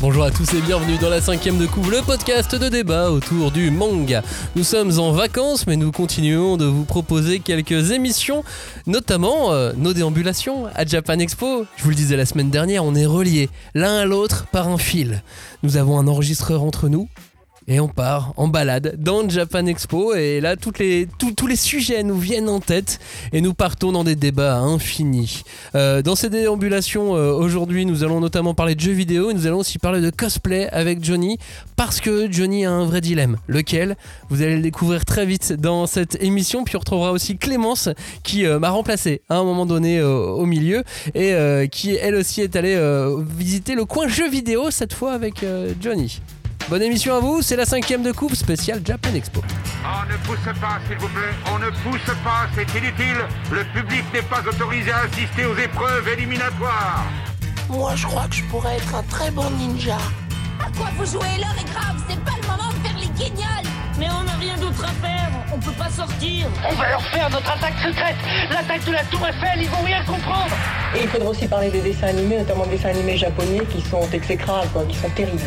Bonjour à tous et bienvenue dans la cinquième de couvre, le podcast de débat autour du manga. Nous sommes en vacances, mais nous continuons de vous proposer quelques émissions, notamment euh, nos déambulations à Japan Expo. Je vous le disais la semaine dernière, on est reliés l'un à l'autre par un fil. Nous avons un enregistreur entre nous. Et on part en balade dans Japan Expo et là toutes les, tous- tous les sujets nous viennent en tête et nous partons dans des débats infinis. Euh, dans ces déambulations, euh, aujourd'hui, nous allons notamment parler de jeux vidéo et nous allons aussi parler de cosplay avec Johnny parce que Johnny a un vrai dilemme. Lequel Vous allez le découvrir très vite dans cette émission. Puis on retrouvera aussi Clémence qui euh, m'a remplacé à un moment donné euh, au milieu et euh, qui elle aussi est allée euh, visiter le coin jeux vidéo cette fois avec euh, Johnny. Bonne émission à vous, c'est la cinquième de coupe spéciale Japan Expo. On Ah, ne pousse pas, s'il vous plaît. On ne pousse pas, c'est inutile. Le public n'est pas autorisé à assister aux épreuves éliminatoires. Moi, je crois que je pourrais être un très bon ninja. À quoi vous jouez L'heure est grave, c'est pas le moment de faire les guignols Mais on n'a rien d'autre à faire, on peut pas sortir. On va leur faire notre attaque secrète L'attaque de la Tour Eiffel, ils vont rien comprendre Et il faudra aussi parler des dessins animés, notamment des dessins animés japonais qui sont exécrables, quoi, qui sont terribles.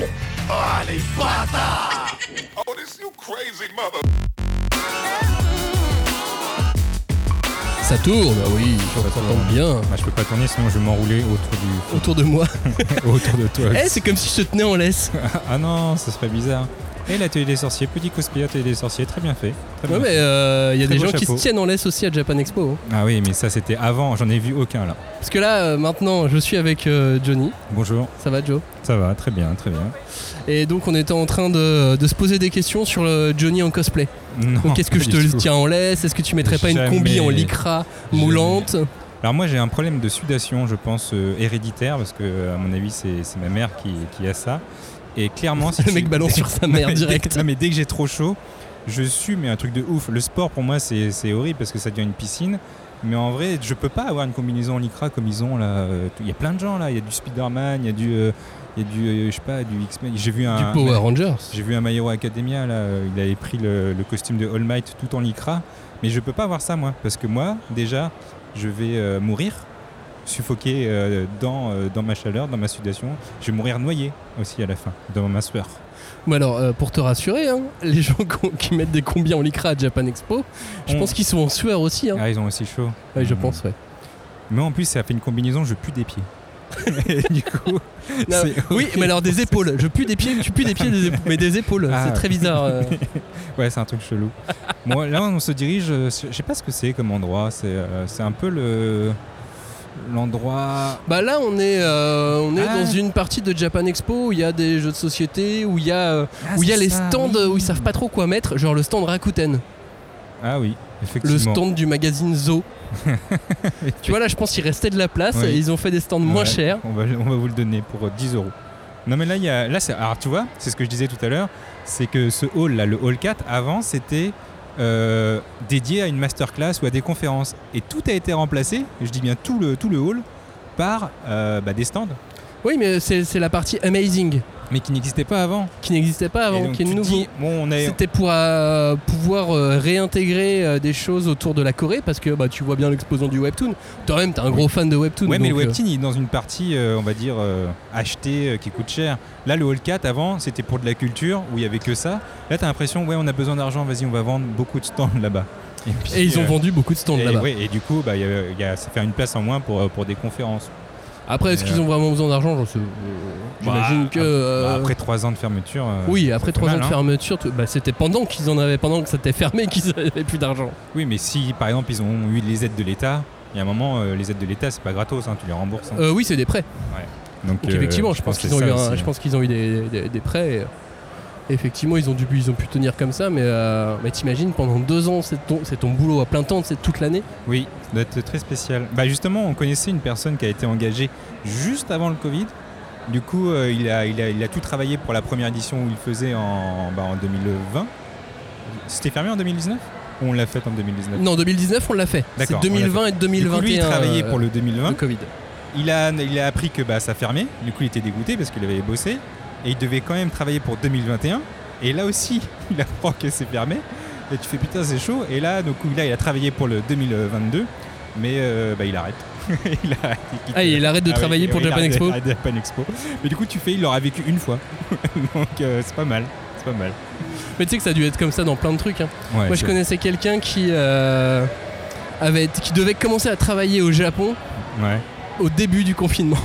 Ça tourne, ah oui, ça tombe bien Ah, je peux pas tourner sinon je vais m'enrouler autour autour de moi. du autour de toi. Eh, c'est comme si je te tenais en laisse. ah non, ça serait bizarre. Et l'atelier des sorciers, petit cosplay atelier des sorciers, très bien fait. très Ouais, bien mais euh, il y a Très des beau gens qui se chapeau. tiennent en laisse aussi à Japan Expo. hein. fait. Ah oui, mais ça c'était avant, j'en ai vu aucun là. Parce que là, euh, maintenant, je suis avec euh, Johnny. Bonjour, Ça va, Joe ça va, très bien, très bien. Et donc, on était en train de, de se poser des questions sur le Johnny en cosplay. Non, Donc, est-ce que pas je du te le tout. tiens en laisse Est-ce que tu mettrais pas une Jamais. combi en lycra moulante Alors moi j'ai un problème de sudation, je pense euh, héréditaire, parce que à mon avis c'est c'est ma mère qui, qui a ça. Et clairement, si Le tu- mec balance sur sa mère Mais dès- direct. non, mais dès que j'ai trop chaud, je sue, mais un truc de ouf. Le sport pour moi c'est c'est horrible parce que ça devient une piscine. Mais en vrai, je peux pas avoir une combinaison en lycra comme ils ont là. euh, tout- Il y a plein de gens là. Il y a du Spider-Man, il y a du, euh, il y a du, euh, je sais pas, du X-Men. J'ai vu Du un, Power Rangers j'ai vu un My Hero Academia là. euh, Il avait pris le, le costume de All Might tout en lycra. Mais je peux pas avoir ça moi parce que moi déjà, je vais euh, mourir suffoqué euh, dans, euh, dans ma chaleur, dans ma sudation. Je vais mourir noyé aussi à la fin, dans ma sueur. Mais alors, euh, pour te rassurer, hein, les gens qu'on- qui mettent des combis en lycra à Japan Expo, je On- pense qu'ils sont en sueur aussi. hein. Ah, ils ont aussi chaud. Ouais, je Mm. pense, ouais. Mais en plus, ça fait une combinaison, je pue des pieds. Et du coup, Non, c'est oui, horrible. mais alors des épaules. Je pue des pieds, tu pues des pieds, des épaules, mais des épaules. Ah. C'est très bizarre. euh. ouais, c'est un truc chelou. bon, là, on se dirige, euh, je sais pas ce que c'est comme endroit, c'est euh, c'est un peu le l'endroit. Bah là, on est, euh, on est Ah. dans une partie de Japan Expo où il y a des jeux de société, où il y a, euh, Ah, où il y a les stands où ils savent pas trop quoi mettre, genre le stand Rakuten, Ah oui, le effectivement. stand du magazine Zo. tu vois là, je pense qu'il restait de la place Oui. et ils ont fait des stands moins Ouais, chers. On va, on va vous le donner pour euh, 10 euros. Non mais là, il y a, là c'est, alors tu vois, c'est ce que je disais tout à l'heure, c'est que ce hall là, le hall 4, avant c'était euh, dédié à une masterclass ou à des conférences. Et tout a été remplacé, et je dis bien tout le, tout le hall, par euh, bah, des stands, Oui, mais c'est c'est la partie Amazing mais qui n'existaient pas avant. qui n'existait pas Et avant, donc, qui est tu te nouveau. dis, bon, on est- C'était pour euh, pouvoir euh, réintégrer euh, des choses autour de la Corée parce que bah, tu vois bien l'exposant du webtoon. Toi-même, t'es un gros fan de webtoon. Ouais, mais le donc, euh, webtoon, il est dans une partie, euh, on va dire, euh, achetée, euh, qui coûte cher. Là, le Hall 4, avant, c'était pour de la culture, où il y avait que ça. Là, t'as l'impression, ouais, on a besoin d'argent, vas-y, on va vendre beaucoup de stands là-bas. Et, puis, Et ils ont euh, vendu beaucoup de stands et, là-bas. ouais, et du coup, bah, il y a- il y a- ça fait une place en moins pour, euh, pour des conférences. Après, est-ce Et, qu'ils ont vraiment besoin d'argent j'en sais- euh, J'imagine Bah, que. ap- euh, bah, après trois ans de fermeture. euh, oui, après c'est pas trois ans mal, de hein. fermeture, tout- bah, c'était pendant qu'ils en avaient, pendant que ça était fermé, qu'ils avaient plus d'argent. Oui, mais si, par exemple, ils ont eu les aides de l'État, il y a un moment, euh, les aides de l'État, c'est pas gratos, hein, tu les rembourses. hein. Euh, oui, c'est des prêts. Donc, Donc, euh, effectivement, je pense que qu'ils ont c'est eu, ça un- aussi. hein. je pense qu'ils ont eu des, des- des prêts. et, euh, effectivement, ils ont dû, ils ont pu tenir comme ça, mais euh, bah, t'imagines pendant deux ans, c'est ton, c'est ton boulot à plein temps, c'est toute l'année. Oui, ça doit être très spécial. Bah justement, on connaissait une personne qui a été engagée juste avant le Covid. Du coup, euh, il, a, il, a, il a tout travaillé pour la première édition où il faisait en, bah, en 2020. C'était fermé en 2019 Ou on l'a fait en 2019 Non, 2019, on l'a fait. C'est D'accord, on l'a 2020 et Du coup, 2021. lui, il travaillait euh, pour le le 2020. Covid. Il a, il a appris que bah, ça fermait. Du coup, il était dégoûté parce qu'il avait bossé. Et il devait quand même travailler pour 2021. Et là aussi, il apprend que c'est fermé. Et tu fais putain, c'est chaud. Et là, donc, là, il a travaillé pour le 2022. Mais euh, bah, il arrête. il arrête. quitte Ah, il arrête de oui, travailler pour oui, il Japan arrête- Expo. arrête Japan Expo. Mais du coup, tu fais, il l'aura vécu une fois. Donc, euh, c'est pas mal. C'est pas mal. Mais tu sais que ça a dû être comme ça dans plein de trucs. hein. Ouais, Moi, je c'est- connaissais quelqu'un qui euh, avait, qui devait commencer à travailler au Japon Ouais. au début du confinement.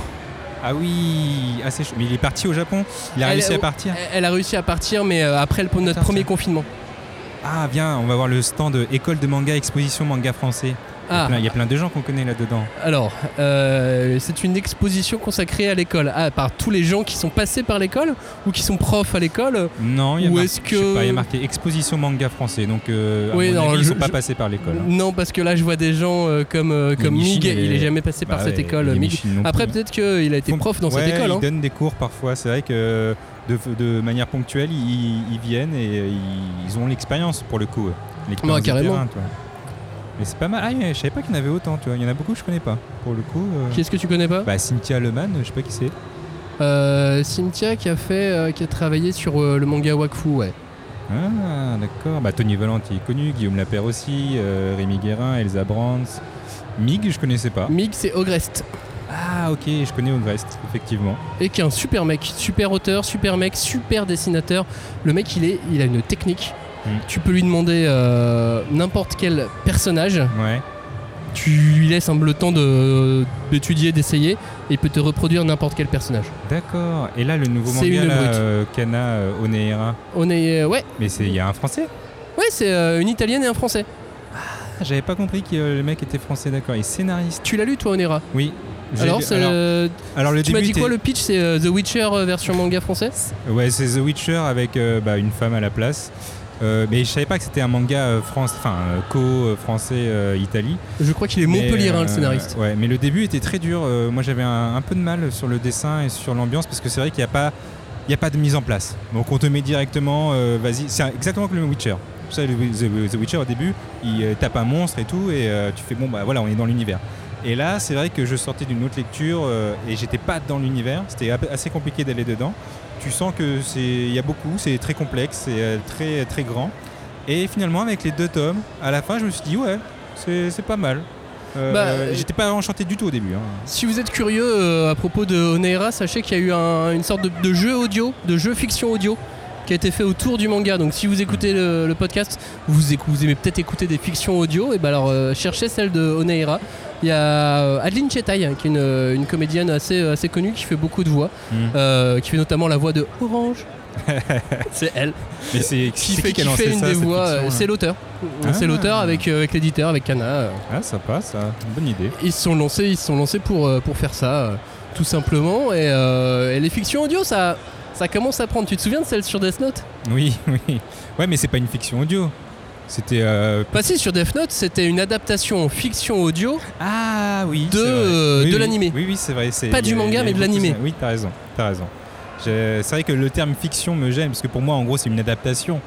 Ah oui, assez chaud. Mais il est parti au Japon. Il a Elle- réussi à elle- partir. Elle a réussi à partir, mais euh, après le- notre Putain, premier ça. confinement. Ah, viens, on va voir le stand euh, École de manga, exposition manga français. Il y a Ah. plein- Il y a plein de gens qu'on connaît là-dedans. Alors, euh, c'est une exposition consacrée à l'école. Ah, par tous les gens qui sont passés par l'école ou qui sont profs à l'école. Non, il y a Ou marqué- est-ce je sais que- pas, il y a marqué exposition manga français. Donc, euh, à Oui, mon non, avis, ils je- sont pas je- passés par l'école. hein. Non, parce que là, je vois des gens euh, comme, euh, comme Michine, Mig. elle est- Il est jamais passé Bah par cette ouais, école, les Mig. Michines non Après, plus. hein. peut-être qu'il a été Font- prof dans Ouais, cette école. Ils hein. donnent des cours parfois. C'est vrai que euh, de, de manière ponctuelle, ils, ils viennent et euh, ils- ils ont l'expérience pour le coup. euh, L'expérience Ouais, du carrément. terrain, toi. Mais c'est pas mal. Ah, je savais pas qu'il y en avait autant. Tu vois. Il y en a beaucoup que je connais pas. Pour le coup, euh, Qui est-ce que tu connais pas bah, Cynthia Lehmann, je sais pas qui c'est. Euh, Cynthia qui a fait, euh, qui a travaillé sur euh, le manga Wakfu, ouais. Ah, d'accord. Bah, Tony Valenti est connu, Guillaume Lapère aussi, euh, Rémi Guérin, Elsa Brands. Mig, je connaissais pas. Mig, c'est Ogrest. Ah, ok, je connais Ogrest, effectivement. Et qui est un super mec, super auteur, super mec, super dessinateur. Le mec, il, est, il a une technique. Mm. Tu peux lui demander euh, n'importe quel personnage, Ouais. tu lui laisses un- le temps de- d'étudier, d'essayer, et il peut te reproduire n'importe quel personnage. D'accord. Et là, le nouveau C'est manga, une là, brute. euh, Kana euh, Oneira. On est. euh, ouais, Mais c'est- il y a un français ouais c'est euh, une italienne et un français. Ah, J'avais pas compris que euh, le mec était français, d'accord. Il est scénariste. Tu l'as lu, toi, Onera Oui. J'ai Alors, lu- c'est, alors, euh, alors le tu m'as début dit quoi le était- pitch C'est euh, The Witcher euh, version manga français Ouais, c'est The Witcher avec euh, bah, une femme à la place. Euh, mais je savais pas que c'était un manga euh, France, enfin euh, co-français-Italie. Je crois qu'il est Montpellier, hein, euh, le scénariste. Ouais, mais le début était très dur. Euh, moi, j'avais un, un peu de mal sur le dessin et sur l'ambiance parce que c'est vrai qu'il n'y a pas, il y a pas de mise en place. Donc, on te met directement, euh, vas-y. C'est exactement comme le Witcher. Vous savez, le- The, The Witcher au début, il euh, tape un monstre et tout, et euh, tu fais bon, bah voilà, on est dans l'univers. Et là, c'est vrai que je sortais d'une autre lecture euh, et j'étais pas dans l'univers. C'était ap- assez compliqué d'aller dedans. Tu sens que c'est, il y a beaucoup, c'est très complexe, c'est euh, très très grand. Et finalement, avec les deux tomes, à la fin, je me suis dit ouais, c'est c'est pas mal. Euh, Bah, euh, euh, J'étais pas enchanté du tout au début. hein. Si vous êtes curieux euh, à propos de Oneira, sachez qu'il y a eu un- une sorte de, de jeu audio, de jeu fiction audio, qui a été fait autour du manga. Donc si vous écoutez le, le podcast, vous, écou- vous aimez peut-être écouter des fictions audio, et ben alors euh, cherchez celle de Oneira. Il y a euh, Adeline Chetaille, qui est une, une comédienne assez, euh, assez connue, qui fait beaucoup de voix, Mm. euh, qui fait notamment la voix de Orange. c'est elle. Mais c'est Qui c'est fait, a qui lancé fait une ça, des cette voix, fiction, euh, là c'est l'auteur. Ah. C'est l'auteur avec, euh, avec l'éditeur, avec Kana. euh, Ah, sympa ça, bonne idée. ils se sont lancés, ils se sont lancés pour, euh, pour faire ça, euh, tout simplement. Et, euh, et les fictions audio, ça, ça commence à prendre. Tu te souviens de celle sur Death Note Oui, oui. Ouais, mais c'est pas une fiction audio. C'était. euh, Pas Bah si, sur Death Note, c'était une adaptation en fiction audio. Ah oui. De, c'est vrai. euh, Oui, de oui. l'animé. Oui, oui, c'est vrai. c'est- Pas il y du a- manga, il y a mais de beaucoup l'animé. ça. Oui, t'as raison, t'as raison. Je- C'est vrai que le terme fiction me gêne parce que pour moi, en gros, c'est une adaptation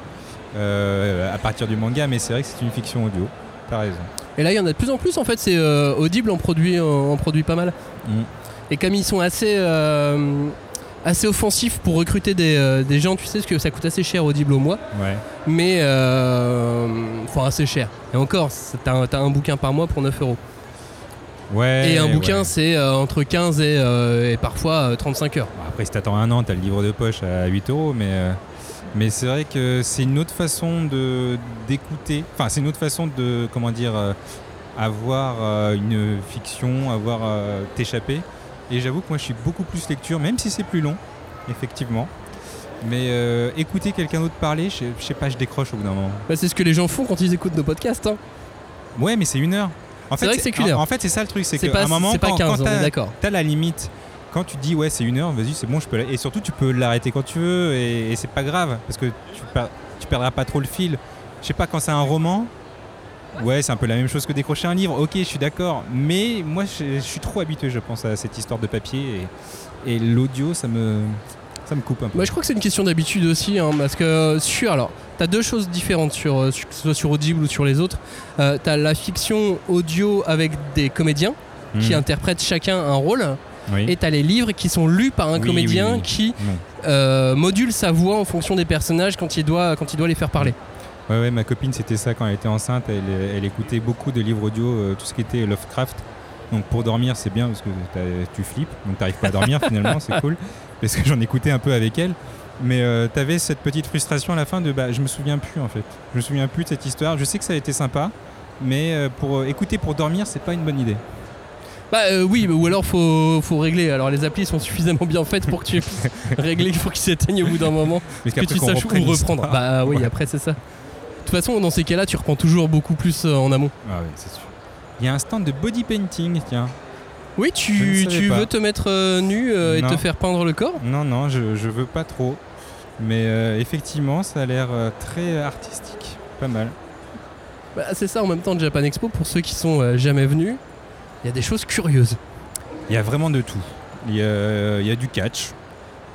euh, à partir du manga, mais c'est vrai que c'est une fiction audio. T'as raison. Et là, il y en a de plus en plus, en fait. C'est euh, Audible en produit, en, en produit pas mal. Mm. Et comme ils sont assez, euh, assez offensifs pour recruter des, euh, des gens, tu sais, parce que ça coûte assez cher Audible au mois. Ouais. Mais, euh, enfin, assez cher. Et encore, c'est- t'as t'as un bouquin par mois pour 9 euros. Ouais. Et un ouais. bouquin, c'est euh, entre 15 et, euh, et parfois euh, 35 heures. Bon, Après, si t'attends un an, t'as le livre de poche à 8 euros, mais, euh, mais c'est vrai que c'est une autre façon de d'écouter. Enfin, c'est une autre façon de, comment dire, euh, avoir euh, une fiction, avoir euh, t'échapper. Et j'avoue que moi, je suis beaucoup plus lecture, même si c'est plus long, effectivement. Mais euh, écouter quelqu'un d'autre parler, je je sais pas, je décroche au bout d'un moment. Bah, c'est ce que les gens font quand ils écoutent nos podcasts. hein. Ouais, mais c'est une heure. En C'est fait, vrai que c'est qu'une en- heure. En fait, c'est ça le truc, c'est C'est qu'à pas, un moment, c'est pas quand, 15, quand on est t'as- d'accord. t'as la limite. Quand tu dis ouais c'est une heure, vas-y c'est bon je peux la- et surtout tu peux l'arrêter quand tu veux et, et c'est pas grave parce que tu, per- tu perdras pas trop le fil. Je sais pas quand c'est un roman, ouais c'est un peu la même chose que décrocher un livre. Ok je suis d'accord, mais moi je, je suis trop habitué je pense à cette histoire de papier et, et l'audio ça me ça me coupe un peu. Moi, je crois que c'est une question d'habitude aussi, hein, parce que euh, sur alors, t'as deux choses différentes sur, euh, sur- que ce soit sur Audible ou sur les autres. Euh, t'as la fiction audio avec des comédiens Mmh. qui interprètent chacun un rôle, Oui. et t'as les livres qui sont lus par un Oui, comédien oui, oui. qui Ouais. euh, module sa voix en fonction des personnages quand il doit quand il doit les faire parler. Ouais, ouais, ma copine, c'était ça quand elle était enceinte. Elle, elle écoutait beaucoup de livres audio, euh, tout ce qui était Lovecraft. Donc pour dormir, c'est bien parce que t'as- tu flippes, donc t'arrives pas à dormir finalement, c'est cool. Parce que j'en écoutais un peu avec elle. Mais euh, t'avais cette petite frustration à la fin de bah je me souviens plus en fait. Je me souviens plus de cette histoire. Je sais que ça a été sympa, mais euh, pour euh, écouter pour dormir, c'est pas une bonne idée. Bah euh, oui, mais ou alors faut, faut régler. Alors les applis sont suffisamment bien faites pour que tu puisses régler, pour qu'ils s'éteignent au bout d'un moment, Parce que tu qu'on saches où reprenne reprendre. l'histoire. Bah oui, Ouais. après c'est ça. De toute façon, dans ces cas-là, tu reprends toujours beaucoup plus euh, en amont. Ah oui, c'est sûr. Il y a un stand de body painting, tiens. Oui, Je tu, ne savais tu pas. veux te mettre euh, nu euh, et Non. te faire peindre le corps Non, non, je, je veux pas trop. Mais euh, effectivement, ça a l'air euh, très artistique. Pas mal. Bah, C'est ça en même temps de Japan Expo. Pour ceux qui sont euh, jamais venus, il y a des choses curieuses. Il y a vraiment de tout. Il y a, il y a du catch.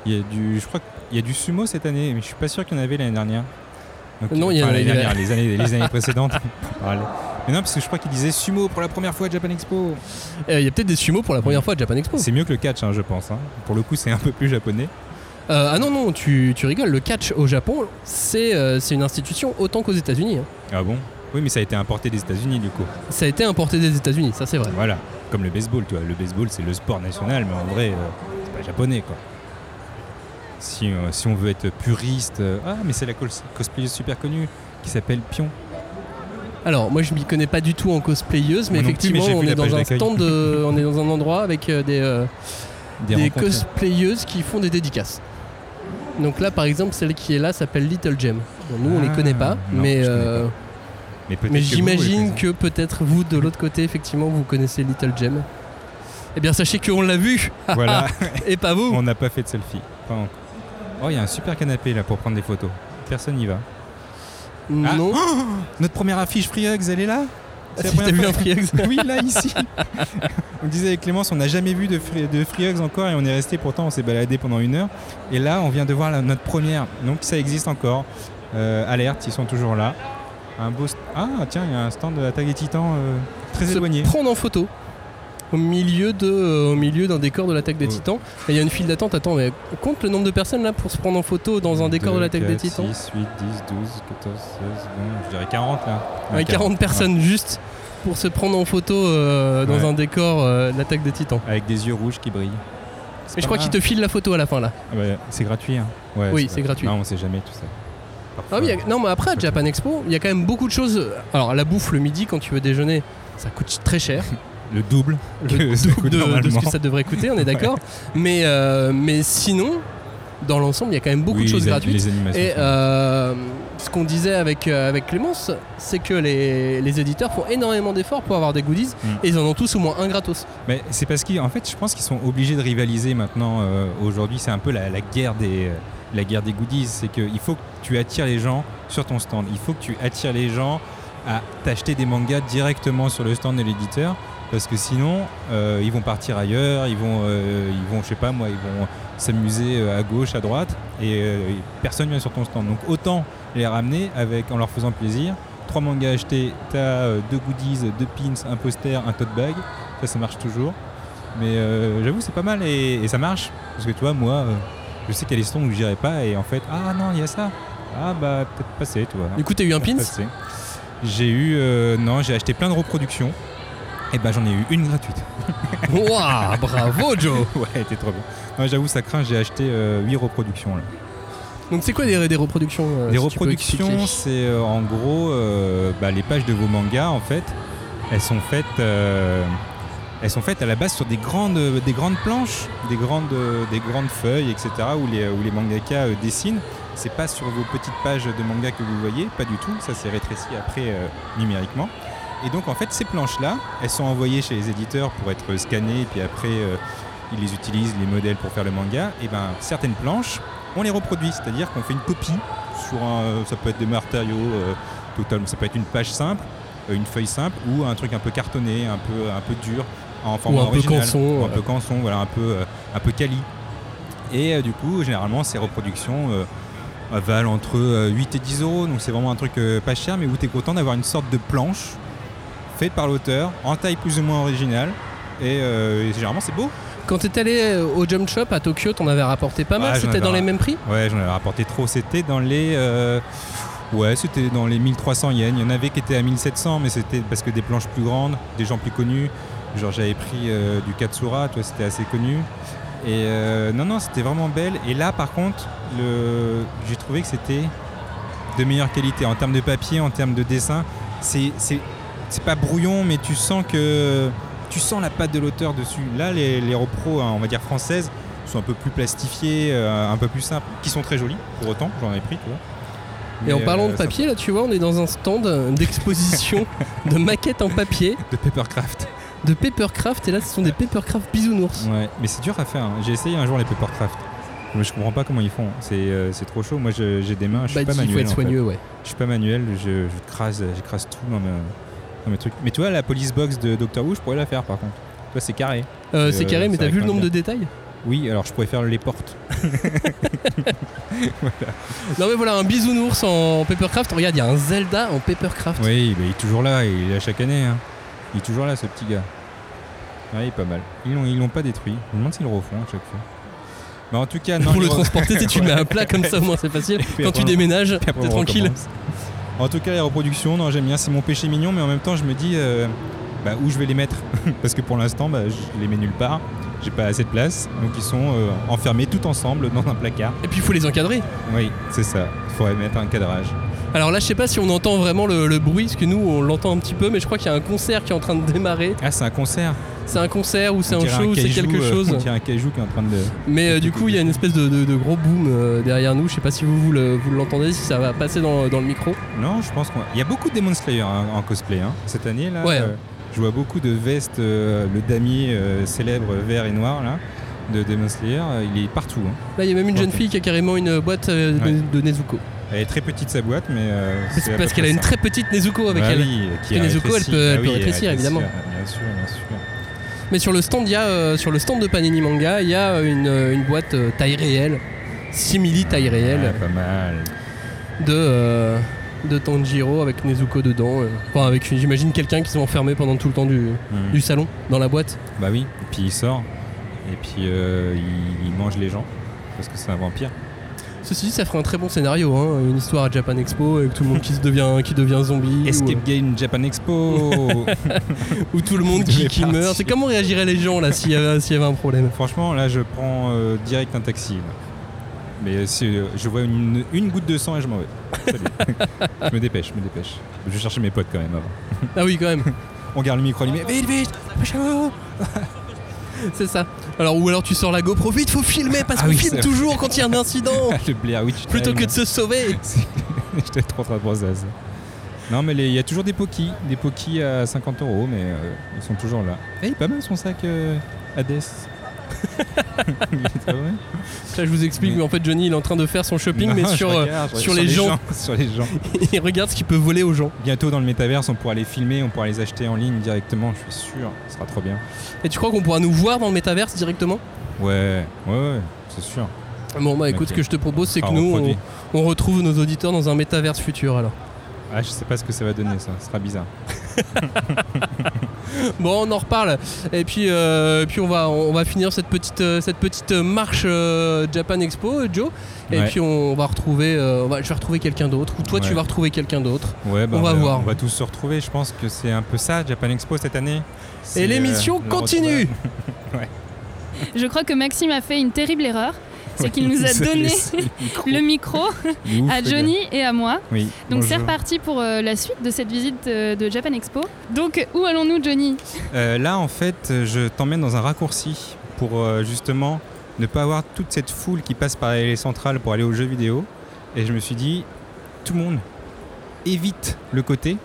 Il y a du, je crois qu'il y a du sumo cette année, mais je suis pas sûr qu'il y en avait l'année dernière. Donc, Non, il y en enfin, l'année avait- dernière, les années, les années précédentes. pour parler. Mais non, parce que je crois qu'il disait sumo pour la première fois à Japan Expo. Euh, Il y a peut-être des sumo pour la première fois à Japan Expo. C'est mieux que le catch, hein, je pense. hein. Pour le coup, c'est un peu plus japonais. Euh, ah non, non, tu, tu rigoles. Le catch au Japon, c'est euh, c'est une institution autant qu'aux États-Unis. hein. Ah bon Oui, mais ça a été importé des États-Unis du coup. Ça a été importé des États-Unis, ça c'est vrai. Voilà, comme le baseball, tu vois. Le baseball, c'est le sport national, mais en vrai, euh, c'est pas japonais, quoi. Si, euh, si on veut être puriste, euh, ah, mais c'est la cos- cosplayeuse super connue qui s'appelle Pion. Alors, moi je m'y connais pas du tout en cosplayeuse, mais Moi non plus, mais effectivement, j'ai vu on est la page dans un d'accueil. stand, euh, on est dans un endroit avec euh, des, euh, Des, des rencontres. cosplayeuses qui font des dédicaces. Donc là, par exemple, celle qui est là s'appelle Little Gem. Bon, nous, on les Ah, connaît pas, non, mais, je connais euh, Mais, peut-être mais que vous, j'imagine les- que peut-être vous, de l'autre côté, effectivement, vous connaissez Little Gem. Eh bien, sachez qu'on l'a vu, Voilà, et pas vous. on n'a pas fait de selfie. Pas encore. Oh, il y a un super canapé là pour prendre des photos. Personne n'y va. Ah, Non. oh, notre première affiche Free Hugs, elle est là Ah, C'est la si, t'as première vu un fois- free hugs Oui, là, ici. on disait avec Clémence, on n'a jamais vu de free, de free hugs encore et on est resté, pourtant, on s'est baladé pendant une heure. Et là, on vient de voir la- notre première. Donc, ça existe encore. Euh, alerte, ils sont toujours là. Un beau. st- Ah, tiens, il y a un stand de Attaque des Titans euh, très se éloigné. prendre en photo au milieu de euh, au milieu d'un décor de l'attaque des Ouais. titans et il y a une file d'attente attends mais compte le nombre de personnes là pour se prendre en photo dans un décor de l'attaque des titans 6, 8, 10, 12, 14, 16, 20, je dirais 40 là. Ouais, 40 personnes juste pour se prendre en photo euh, dans Ah. Ouais. un décor euh, de l'attaque des titans Avec des yeux rouges qui brillent. mais je crois qu'ils te filent la photo à la fin là Ah c'est gratuit. hein. Ouais, Oui, vrai. c'est gratuit. Non, on sait jamais tout ça. Ah oui, y a- non mais après à Japan Expo il y a quand même beaucoup de choses alors la bouffe le midi quand tu veux déjeuner ça coûte très cher Le double. le que ça double coûte de, de ce normalement. que ça devrait coûter on est d'accord mais euh, mais sinon dans l'ensemble il y a quand même beaucoup Oui, de choses les- gratuites Les animations. Et sont- euh, ce qu'on disait avec, euh, avec Clémence, c'est que les, les éditeurs font énormément d'efforts pour avoir des goodies Mm. et ils en ont tous au moins un gratos. Mais c'est parce qu'en fait, je pense qu'ils sont obligés de rivaliser maintenant. euh, Aujourd'hui, c'est un peu la, la guerre des euh, la guerre des goodies. C'est qu'il faut que tu attires les gens sur ton stand. Il faut que tu attires les gens à t'acheter des mangas directement sur le stand de l'éditeur. Parce que sinon, euh, ils vont partir ailleurs, ils vont, euh, ils vont, je sais pas moi, ils vont s'amuser euh, à gauche, à droite, et euh, personne vient sur ton stand. Donc autant les ramener avec, en leur faisant plaisir. Trois mangas achetés, t'as euh, deux goodies, deux pins, un poster, un tote bag. Ça, ça marche toujours. Mais euh, j'avoue, c'est pas mal et, et ça marche. Parce que tu vois, moi, euh, je sais qu'il y a des sons où j'irai pas et en fait, ah non, il y a ça. Ah bah, peut-être passé, tu vois. Du coup, t'as eu un pins Passé. J'ai eu, euh, non, j'ai acheté plein de reproductions. Et bah, j'en ai eu une gratuite. Waouh, bravo Joe ouais, elle était trop bien. Non, j'avoue, ça craint, j'ai acheté 8 reproductions là. Donc, c'est quoi des, des reproductions euh, si Les tu peux reproductions, expliquer c'est euh, en gros euh, bah, les pages de vos mangas en fait. Elles sont faites, euh, elles sont faites à la base sur des grandes, des grandes planches, des grandes, euh, des grandes feuilles, etc. où les, où les mangakas euh, dessinent. C'est pas sur vos petites pages de manga que vous voyez, pas du tout. Ça c'est rétréci après euh, numériquement. Et donc en fait ces planches là, elles sont envoyées chez les éditeurs pour être scannées et puis après euh, ils les utilisent les modèles pour faire le manga. Et ben certaines planches, on les reproduit, c'est-à-dire qu'on fait une copie sur un, euh, ça peut être des matériaux euh, total, ça peut être une page simple, euh, une feuille simple ou un truc un peu cartonné, un peu un peu dur, en format un peu original, canson, ou un ouais. peu canson, voilà, un peu euh, un peu quali. Et euh, du coup, généralement, ces reproductions euh, valent entre euh, 8 et 10 euros, donc c'est vraiment un truc euh, pas cher, mais où tu es content d'avoir une sorte de planche faite par l'auteur, en taille plus ou moins originale, et, euh, et généralement c'est beau. Quand t'es allé euh, au Jump Shop à Tokyo, t'en avais rapporté pas mal, Ouais, j'en c'était avais dans un. les mêmes prix Ouais, j'en avais rapporté trop. C'était dans les. euh, ouais, c'était dans les 1300 yens. Il y en avait qui étaient à 1700, mais c'était parce que des planches plus grandes, des gens plus connus. Genre j'avais pris euh, du Katsura, tu vois, c'était assez connu. Et euh, non, non, c'était vraiment belle. Et là, par contre, le... j'ai trouvé que c'était de meilleure qualité en termes de papier, en termes de dessin. C'est, c'est, c'est pas brouillon, mais tu sens que tu sens la patte de l'auteur dessus. Là, les, les repros, hein, on va dire françaises, sont un peu plus plastifiées, euh, un peu plus simples, qui sont très jolies. Pour autant, j'en ai pris, tu vois. Et en Mais, parlant euh, de ça- papier, là, tu vois, on est dans un stand d'exposition de maquettes en papier de papercraft. de papercraft. Et là, ce sont des papercraft bisounours. Ouais, mais c'est dur à faire. hein. J'ai essayé un jour les papercraft. Mais je comprends pas comment ils font. C'est, euh, c'est trop chaud. Moi, je- j'ai des mains. Je suis pas Bah, il manuel. faut être en fait. soigneux, ouais. Je suis pas manuel. Je, je crase, j'écrase tout dans, mes- dans mes trucs. Mais tu vois, la police box de Doctor Who, je pourrais la faire par contre. Tu vois, c'est carré. Euh, Et, c'est euh, carré, mais ça t'as vu le réclame nombre de bien. détails Oui, alors je pourrais faire les portes. Non, mais voilà, un bisounours en papercraft. Regarde, il y a un Zelda en papercraft. Oui, bah, il est toujours là. Il est là chaque année. hein. Il est toujours là, ce petit gars. Ouais, il est pas mal. Ils l'ont, ils l'ont pas détruit. Je me demande s'ils le refont à chaque fois. Mais en tout cas, non, Pour ils le re- transporter, tu sais, tu le mets à plat comme ça, au moins, c'est facile. puis Quand tu après, on- déménages, Puis après, t'es on tranquille. recommence. En tout cas, les reproductions, non, j'aime bien. C'est mon péché mignon, mais en même temps, je me dis euh, bah, où je vais les mettre. Parce que pour l'instant, bah, je les mets nulle part. J'ai pas assez de place. Donc, ils sont euh, enfermés tout ensemble dans un placard. Et puis, il faut les encadrer. Oui, c'est ça. Il faudrait mettre un cadrage. Alors là, je sais pas si on entend vraiment le, le bruit, parce que nous, on l'entend un petit peu, mais je crois qu'il y a un concert qui est en train de démarrer. Ah, c'est un concert. C'est un concert ou c'est On un dirait show ou c'est caillou, quelque euh, chose. On dirait un cajou qui est en train de. Mais euh, du coup, il y a une espèce de, de- de gros boom euh, derrière nous. Je sais pas si vous, vous le- vous l'entendez, si ça va passer dans, dans le micro. Non, je pense qu'on. Il y a beaucoup de Demon Slayer hein, en cosplay. hein. Cette année, là, Ouais. euh, je vois beaucoup de vestes, euh, le damier euh, célèbre vert et noir, là, de Demon Slayer. euh, Il est partout. hein. Là, il y a même une jeune Parfait. fille qui a carrément une boîte euh, de- Ouais. de Nezuko. Elle est très petite sa boîte, mais. euh, Mais à C'est peu parce près qu'elle a une ça. très petite Nezuko avec Bah elle. oui, que qui est Nezuko, elle rétrécie. peut- elle peut est rétrécir, évidemment. Bien sûr, bien sûr. Mais sur le stand, il y a, euh, sur le stand de Panini Manga, il y a euh, une, euh, une boîte euh, taille réelle, simili taille réelle, Ah, pas mal. de, euh, de Tanjiro avec Nezuko dedans. euh. Enfin, avec, j'imagine, quelqu'un qui sont enfermés pendant tout le temps du, Mm. du salon, dans la boîte. Bah oui. Et puis il sort. Et puis euh, il, il mange les gens. Parce que c'est un vampire. Ceci dit, ça ferait un très bon scénario, hein, une histoire à Japan Expo avec tout le monde qui, se devient, qui devient zombie, ou, euh, Escape Game Japan Expo ou tout le monde qui, Devait qui meurt. partir. C'est comment réagiraient les gens là s'il y, avait- s'il y avait un problème Franchement, là, je prends euh, direct un taxi. là. Mais si euh, je vois une, une goutte de sang et je m'en vais. Salut. je me dépêche, je me dépêche. Je vais chercher mes potes quand même avant. Ah oui, quand même. On garde le micro allumé. Vite, vite, dépêchez-vous. C'est ça. Alors ou alors tu sors la GoPro vite, faut filmer parce Ah qu'on oui, filme c'est vrai. toujours quand il y a un incident Le Blair Witch plutôt Time. que de se sauver. C'est- J'étais trop en train de penser à ça. Non, mais les- il y a toujours des pokis, des pokis à 50 euros, mais euh, ils sont toujours là. Eh, il est pas mal son sac euh, Hades. Il est pas mal. Là je vous explique, mais en fait Johnny il est en train de faire son shopping, Non, mais je sur, euh, regarde, je sur regarde les gens. Sur les gens. il regarde ce qu'il peut voler aux gens. Bientôt dans le métaverse, on pourra les filmer, on pourra les acheter en ligne directement, je suis sûr. Ce sera trop bien. Et tu crois qu'on pourra nous voir dans le métaverse directement Ouais, ouais, ouais, c'est sûr. Bon bah écoute, Ok. ce que je te propose c'est Ah, que nous reproduit. on, on retrouve nos auditeurs dans un métaverse futur alors. Ah, je sais pas ce que ça va donner, ça. Ce sera bizarre. Bon, on en reparle. Et puis, euh, et puis on, va, on va finir cette petite, euh, cette petite marche euh, Japan Expo, euh, Joe. Et Ouais. puis on va retrouver, euh, on va- je vais retrouver quelqu'un d'autre. Ou toi, tu Ouais. vas retrouver quelqu'un d'autre. Ouais, bah, On va voir. On va tous se retrouver. Je pense que c'est un peu ça, Japan Expo cette année. C'est, Et euh, l'émission le continue. Je crois que Maxime a fait une terrible erreur. C'est qu'il Ouais, nous a il donné laissé le micro. le micro Il est ouf, à le gars. Johnny et à moi. Oui. Donc c'est bonjour. reparti pour euh, la suite de cette visite euh, de Japan Expo. Donc où allons-nous Johnny Euh, là, en fait, euh, je t'emmène dans un raccourci pour euh, justement ne pas avoir toute cette foule qui passe par les centrales pour aller aux jeux vidéo. Et je me suis dit, tout le monde évite le côté.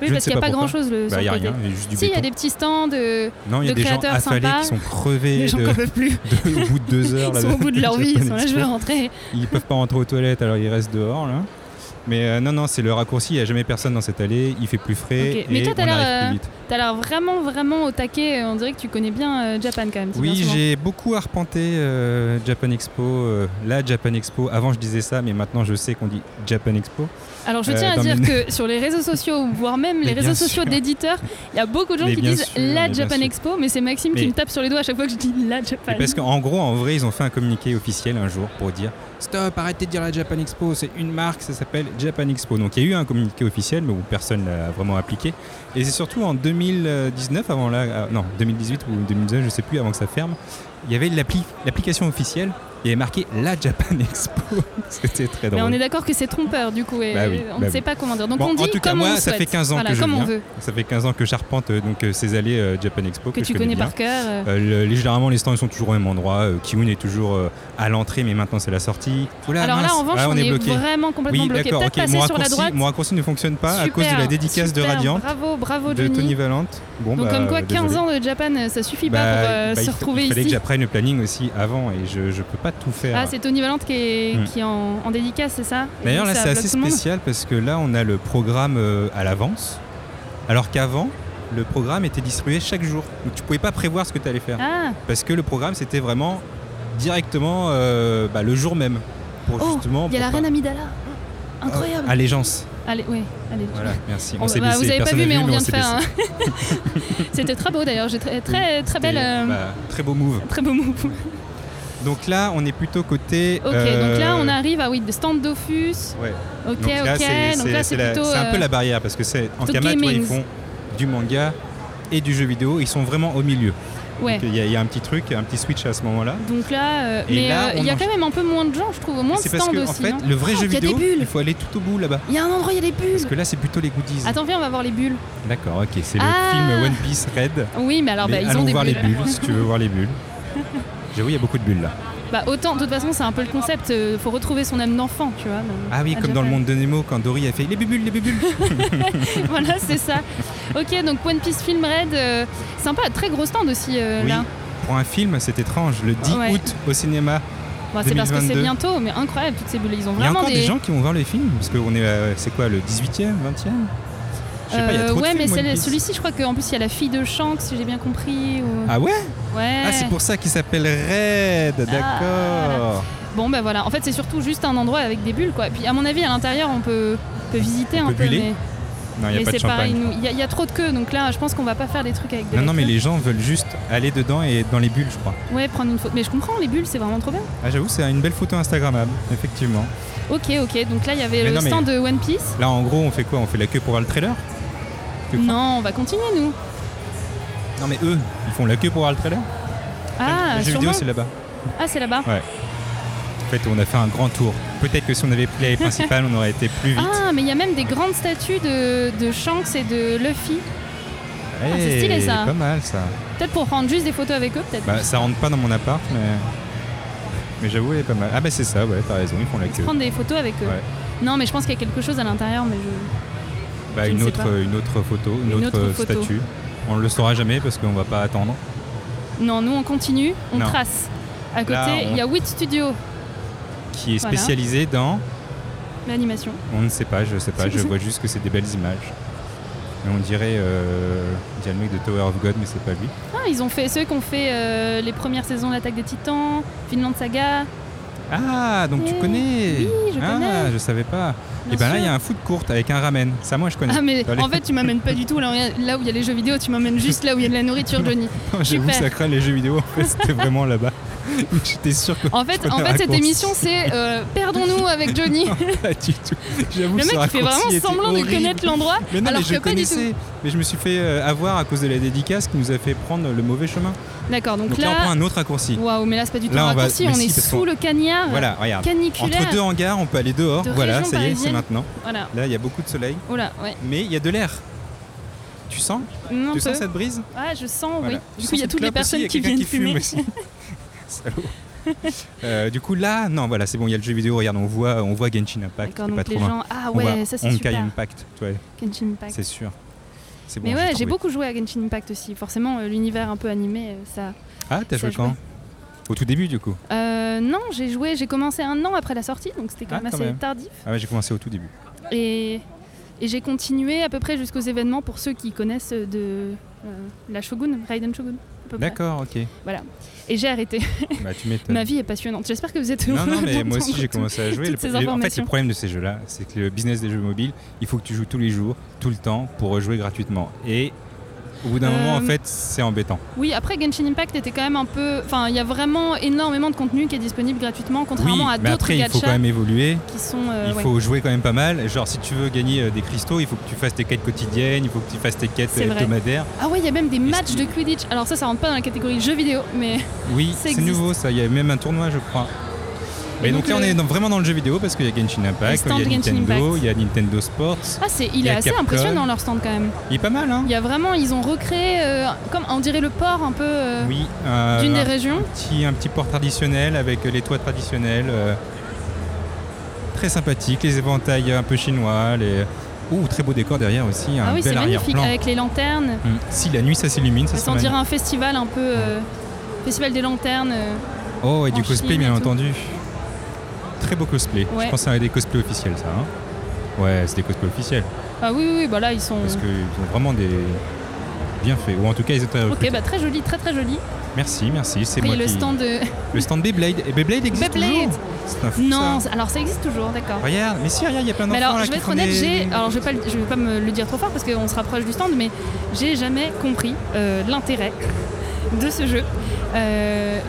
Oui Je ne parce sais qu'il n'y a pas pas, pourquoi. grand-chose le Bah, sur il y a le côté. rien, il y a juste du Si, il y a béton. des petits stands, de... Non, il y a de des gens créateurs affalés sympas. qui sont crevés les gens de- n'en peuvent plus. de- au bout de deux heures. Ils là, sont au bout de leur vie, ils sont là, Japan je veux Expo. rentrer. Ils peuvent pas rentrer aux toilettes, alors ils restent dehors là. Mais euh, non, non, c'est le raccourci. Il n'y a jamais personne dans cette allée. Il fait plus frais Ok. Mais et toi, t'as on l'air, arrive euh, plus vite. T'as l'air vraiment, vraiment au taquet. On dirait que tu connais bien euh, Japan quand même. tu viens Oui, souvent. j'ai beaucoup arpenté euh, Japan Expo. euh, la Japan Expo. Avant, je disais ça, mais maintenant, je sais qu'on dit Japan Expo. Alors je euh, tiens à dans dire mes- que sur les réseaux sociaux, voire même les Mais réseaux bien sociaux sûr. d'éditeurs, il y a beaucoup de gens Mais qui bien disent sûr, mais la bien Japan sûr. Expo, mais c'est Maxime qui Mais- me tape sur les doigts à chaque fois que je dis la Japan. Et parce qu'en gros, en vrai, ils ont fait un communiqué officiel un jour pour dire Stop, arrêtez de dire la Japan Expo. C'est une marque, ça s'appelle Japan Expo. Donc il y a eu un communiqué officiel, mais où personne l'a vraiment appliqué. Et c'est surtout en 2019, avant là, euh, non, 2018 ou 2019, je sais plus, avant que ça ferme, il y avait l'appli- l'application officielle. Il y avait marqué la Japan Expo. C'était très drôle. Mais on est d'accord que c'est trompeur du coup et Bah oui, on bah ne oui. sait pas comment dire. Donc Bon, on dit en tout cas, comme on moi, le ça fait souhaite. 15 ans Voilà, que je comme on viens. veut, Ça fait 15 ans que charpente euh, donc euh, ces allées euh, Japan Expo que, que, je tu connais connais bien. par cœur. euh. Euh, le- les, généralement, les stands ils sont toujours au même endroit. Euh, Kiun est toujours euh, à l'entrée, mais maintenant c'est la sortie. Oula, Alors là, mince. en revanche, Ah, on, est, vraiment complètement Oui, bloqué. d'accord, Peut-être ok. passer Mon sur la raccourci, droite. mon raccourci ne fonctionne pas à Super, cause de la dédicace super, de Radiant Bravo, bravo de Johnny. Tony Valente. Bon, Donc bah, comme quoi, désolé. 15 ans de Japan, euh, ça suffit Bah, pas pour euh, bah, il se fa- retrouver Il fallait que ici. j'apprenne le planning aussi avant et je, je peux pas tout faire. Ah, c'est Tony Valente qui est, Hmm. qui est en, en dédicace, c'est ça Et D'ailleurs, donc, là, ça c'est bloque assez tout le monde. spécial parce que là, on a le programme euh, à l'avance, alors qu'avant, le programme était distribué chaque jour. Donc, tu pouvais pas prévoir ce que tu allais faire. Ah, Parce que le programme, c'était vraiment directement euh, bah, le jour même. Pour Oh, justement. il y a la pour reine Amidala. pas- Incroyable. Allégeance. Allez, ouais, allez. Ah. Voilà, merci. On- On s'est bah, baissé. vous avez pas Personne vu, n'a mais on vient de s'est faire. baissé. un- C'était très beau d'ailleurs. J'ai très, très, très belle, C'était, euh, bah, très beau move. très beau move. Donc là, on est plutôt côté. euh, Ok, donc là, on arrive à oui, de stand Dofus. Ouais. Ok, Donc là, ok. c'est- donc c'est là, c'est c'est la- plutôt. c'est un peu euh, la barrière parce que c'est en plutôt Kama, toi, ils gaming. font du manga et du jeu vidéo. Ils sont vraiment au milieu. Ouais. Donc, Il y, a- il y a un petit truc, un petit switch à ce moment-là. Donc là, euh, Et mais là, euh, on il y a mange- quand même un peu moins de gens, je trouve, moins de C'est parce stands que, aussi. en fait, non le vrai Oh, jeu il y a des vidéo, bulles. il faut aller tout au bout là-bas. Il y a un endroit, il y a des bulles. Parce que là, c'est plutôt les goodies. Attends, viens, on va voir les bulles. D'accord, ok. C'est Ah. le film One Piece Red. Oui, mais alors, Mais bah, ils allons ont des voir bulles. les bulles si tu veux voir les bulles. J'avoue, il y a beaucoup de bulles là. Bah, autant, de toute façon, c'est un peu le concept. euh, faut retrouver son âme d'enfant, tu vois. donc, Ah oui, à comme dans le Japan. monde de Nemo, quand Dory a fait les bulles, les bulles. voilà, c'est ça. Ok, donc One Piece Film Red, euh, sympa, très gros stand aussi euh, oui. là. Pour un film, c'est étrange. Le 10 Ouais. août au cinéma. Bah, c'est parce que c'est 2022. bientôt, mais incroyable, toutes ces bulles. Ils ont Il y a vraiment encore des... des. gens qui vont voir le film parce qu'on est, à- c'est quoi, le 18e, 20e Je sais pas, il y a Euh, trop de ouais, films, mais One c'est- Piece. celui-ci, je crois qu'en plus, il y a la fille de Shanks, si j'ai bien compris. ou- Ah ouais Ouais. Ah, c'est pour ça qu'il s'appelle Red, Ah. d'accord. Bon ben voilà, en fait c'est surtout juste un endroit avec des bulles quoi. Et puis à mon avis à l'intérieur on peut, on peut visiter On un peut peu, buller. mais, Non, il n'y mais a pas de c'est pareil, champagne. nous- il y, a- il y a trop de queues donc là je pense qu'on va pas faire des trucs avec des. Non, non, mais lecteurs. les gens veulent juste aller dedans et dans les bulles, je crois. Ouais, prendre une photo. Mais je comprends, les bulles c'est vraiment trop bien. Ah, j'avoue, c'est une belle photo Instagrammable, effectivement. Ok, ok, donc là il y avait Mais le non, mais- stand de One Piece. Là, en gros, on fait quoi On fait la queue pour voir le trailer Tu crois Non, on va continuer nous. Non, mais eux, ils font la queue pour voir le trailer Ah, Le jeu sûrement. vidéo, c'est là-bas. ah c'est là-bas. En fait, on a fait un grand tour. Peut-être que si on avait pris les principales, on aurait été plus vite. Ah, mais il y a même des grandes statues de, de Shanks et de Luffy. ah, c'est Eh, stylé, ça. Pas mal ça. Peut-être pour prendre juste des photos avec eux, peut-être. Bah, ça rentre pas dans mon appart, mais. Mais j'avoue, elle est pas mal. Ah, bah, c'est ça, ouais, t'as raison, ils font la queue. prendre des photos avec eux. Ouais. Non, mais je pense qu'il y a quelque chose à l'intérieur, mais je... Bah, je ne une, sais autre, pas. une autre photo, une, Une autre, autre photo. statue. On le saura jamais parce qu'on va pas attendre. Non, nous on continue, on Non. trace. À côté, Là, on- il y a 8 Studio, Qui est Voilà. spécialisé dans. l'animation. On ne sait pas, je sais pas, je vois juste que c'est des belles images. Mais on dirait. Euh... on dirait le mec de Tower of God, mais c'est pas lui. Ah, ils ont fait ceux qui ont fait euh, les premières saisons de l'Attaque des Titans, Finland Saga. Ah, donc tu Eh, connais oui, je Ah, connais. je savais pas. bien Et ben là, sûr. il y a un food court avec un ramen. Ça, moi, je connais. Ah mais Dans les- en fait tu m'amènes pas du tout là, là où il y a les jeux vidéo, tu m'amènes juste là où il y a de la nourriture Johnny. J'avoue, super. ça craint les jeux vidéo. En fait, c'était vraiment là-bas. J'étais sûr que. En fait, Je en prenais un fait cette raccourci. émission c'est euh, perdons-nous avec Johnny. Pas du tout. J'avoue, Le ce mec il raccourci fait vraiment était semblant de horrible. connaître l'endroit Mais non, alors mais je que pas du connaissais. tout. Mais je me suis fait euh, avoir à cause de la dédicace qui nous a fait prendre le mauvais chemin. D'accord, donc, Donc là, on prend là un autre raccourci. waouh, mais là c'est pas du tout Là, un on va- raccourci, mais on si, est parce sous qu'on- le cagnard Voilà, regarde. caniculaire. Entre deux hangars, on peut aller dehors. De voilà, région ça y est, c'est parisienne. maintenant. Voilà. Là, il y a beaucoup de soleil, Oh là, ouais. mais il y a de l'air. Tu sens Mm, un Tu peu. sens cette brise Ouais, Ah, je sens, Voilà. oui. Tu Du sens coup, il y a cette toutes les clope aussi, personnes il y a qui quelqu'un viennent fumer. fume aussi. Salaud. Euh, du coup là, non voilà c'est bon, il y a le jeu vidéo, regarde on voit, on voit Genshin Impact, D'accord, c'est pas donc trop les loin. gens. Ah on voit ouais, ça c'est Honkai super. Impact, tu vois, Genshin Impact. c'est sûr. C'est bon, Mais j'ai ouais, j'ai trouvé. beaucoup joué à Genshin Impact aussi. Forcément, euh, l'univers un peu animé, euh, ça. Ah t'as ça joué jouait. quand Au tout début du coup. Euh, non, j'ai joué, j'ai commencé un an après la sortie, donc c'était quand Ah, même quand assez même. tardif. Ah ouais j'ai commencé au tout début. Et, et j'ai continué à peu près jusqu'aux événements pour ceux qui connaissent euh, de euh, la Shogun, Raiden Shogun. à peu près. D'accord, ok. Et j'ai arrêté. Bah tu m'étonnes. Ma vie est passionnante. J'espère que vous êtes Non, heureux. non, mais moi d'entendre aussi j'ai tout. commencé à jouer. toutes Le- ces le- en fait, informations. le problème de ces jeux-là, c'est que le business des jeux mobiles, il faut que tu joues tous les jours, tout le temps, pour jouer gratuitement. Et Au bout d'un moment, en Euh, fait, c'est embêtant. Oui, après Genshin Impact était quand même un peu. Enfin, il y a vraiment énormément de contenu qui est disponible gratuitement, Oui, contrairement à mais d'autres après, il faut quand gachas même évoluer. qui sont. euh, il ouais. faut jouer quand même pas mal. Genre, si tu veux gagner euh, des cristaux, il faut que tu fasses tes quêtes quotidiennes, il faut que tu fasses tes quêtes C'est euh, vrai. hebdomadaires. Ah ouais, il y a même des matchs de Quidditch. Alors ça, ça rentre pas dans la catégorie jeux vidéo, mais Oui, Ça c'est existe. nouveau ça. Il y a même un tournoi, je crois. Et Et donc, donc, là, on le- est dans- vraiment dans le jeu vidéo parce qu'il y a Genshin Impact, Le stand il y a Genshin Nintendo, Impact. il y a Nintendo Sports. ah, c'est, il y est a assez Capcom. impressionnant leur stand quand même. Il est pas mal, hein Il y a vraiment, ils ont recréé, euh, comme on dirait le port un peu euh, Oui. euh, d'une des un, régions. petit, un petit port traditionnel avec les toits traditionnels. euh, très sympathique, les éventails un peu chinois. Les... Ouh, très beau décor derrière aussi. Un ah oui, bel c'est magnifique arrière-plan. avec Bah, les lanternes. Mm. Si la nuit ça s'illumine, ça Ouais, se Ça, on dirait un festival un peu, euh, festival des lanternes. euh. Oh, et du en cosplay, Chine et bien tout. entendu. Très beau cosplay. Ouais. Je pense à des cosplays officiels, ça. hein. ouais, c'est des cosplays officiels. Ah oui, oui, oui, bah là ils sont. Parce qu'ils ont vraiment des. Bien fait. Ou en tout cas, ils étaient recrutés. Ok, bah très joli, très très joli. Merci, merci. C'est Après, il moi y a le qui- stand de. Le stand Beyblade. Et Beyblade existe Beyblade. toujours C'est un fou, ça. Non, c'est- alors ça existe toujours, d'accord. Regarde, mais si, regarde, il y a plein Mais d'enfants alors, là, je vais qui être font honnête, des- j'ai. des- Alors, je vais pas, le- je vais pas me le dire trop fort parce qu'on se rapproche du stand, mais j'ai jamais compris euh, l'intérêt de ce jeu. Euh,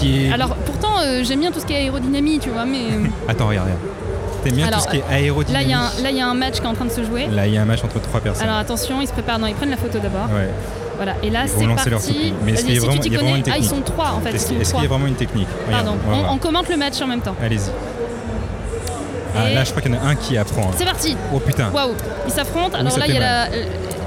Qui est... Alors, pourtant, euh, j'aime bien tout ce qui est aérodynamie, tu vois, mais euh, Attends, regarde, regarde. T'aimes bien Alors, tout ce qui est là, il aérodynamique y a un- là, il y a un match qui est en train de se jouer. Là, il y a un match entre trois personnes. Alors, attention, ils se préparent. Non, ils prennent la photo d'abord. ouais. Voilà, et là, Ils vont c'est lancer leur parti. technique. Mais est-ce Vas-y, qu'il y a si vraiment- il tu y t'y a vraiment connais. une Ah, ils technique sont trois, en fait. Ils Est-ce sont qu'il est-ce qu'il y a trois. vraiment une technique Regarde, Pardon, on va on- voir. on commente le match en même temps. Allez-y. Ah, Et- là, je crois qu'il y en a un qui apprend. C'est parti Oh putain. Waouh, ils s'affrontent. Alors Ah, ça là, fait il y a mal. la. euh,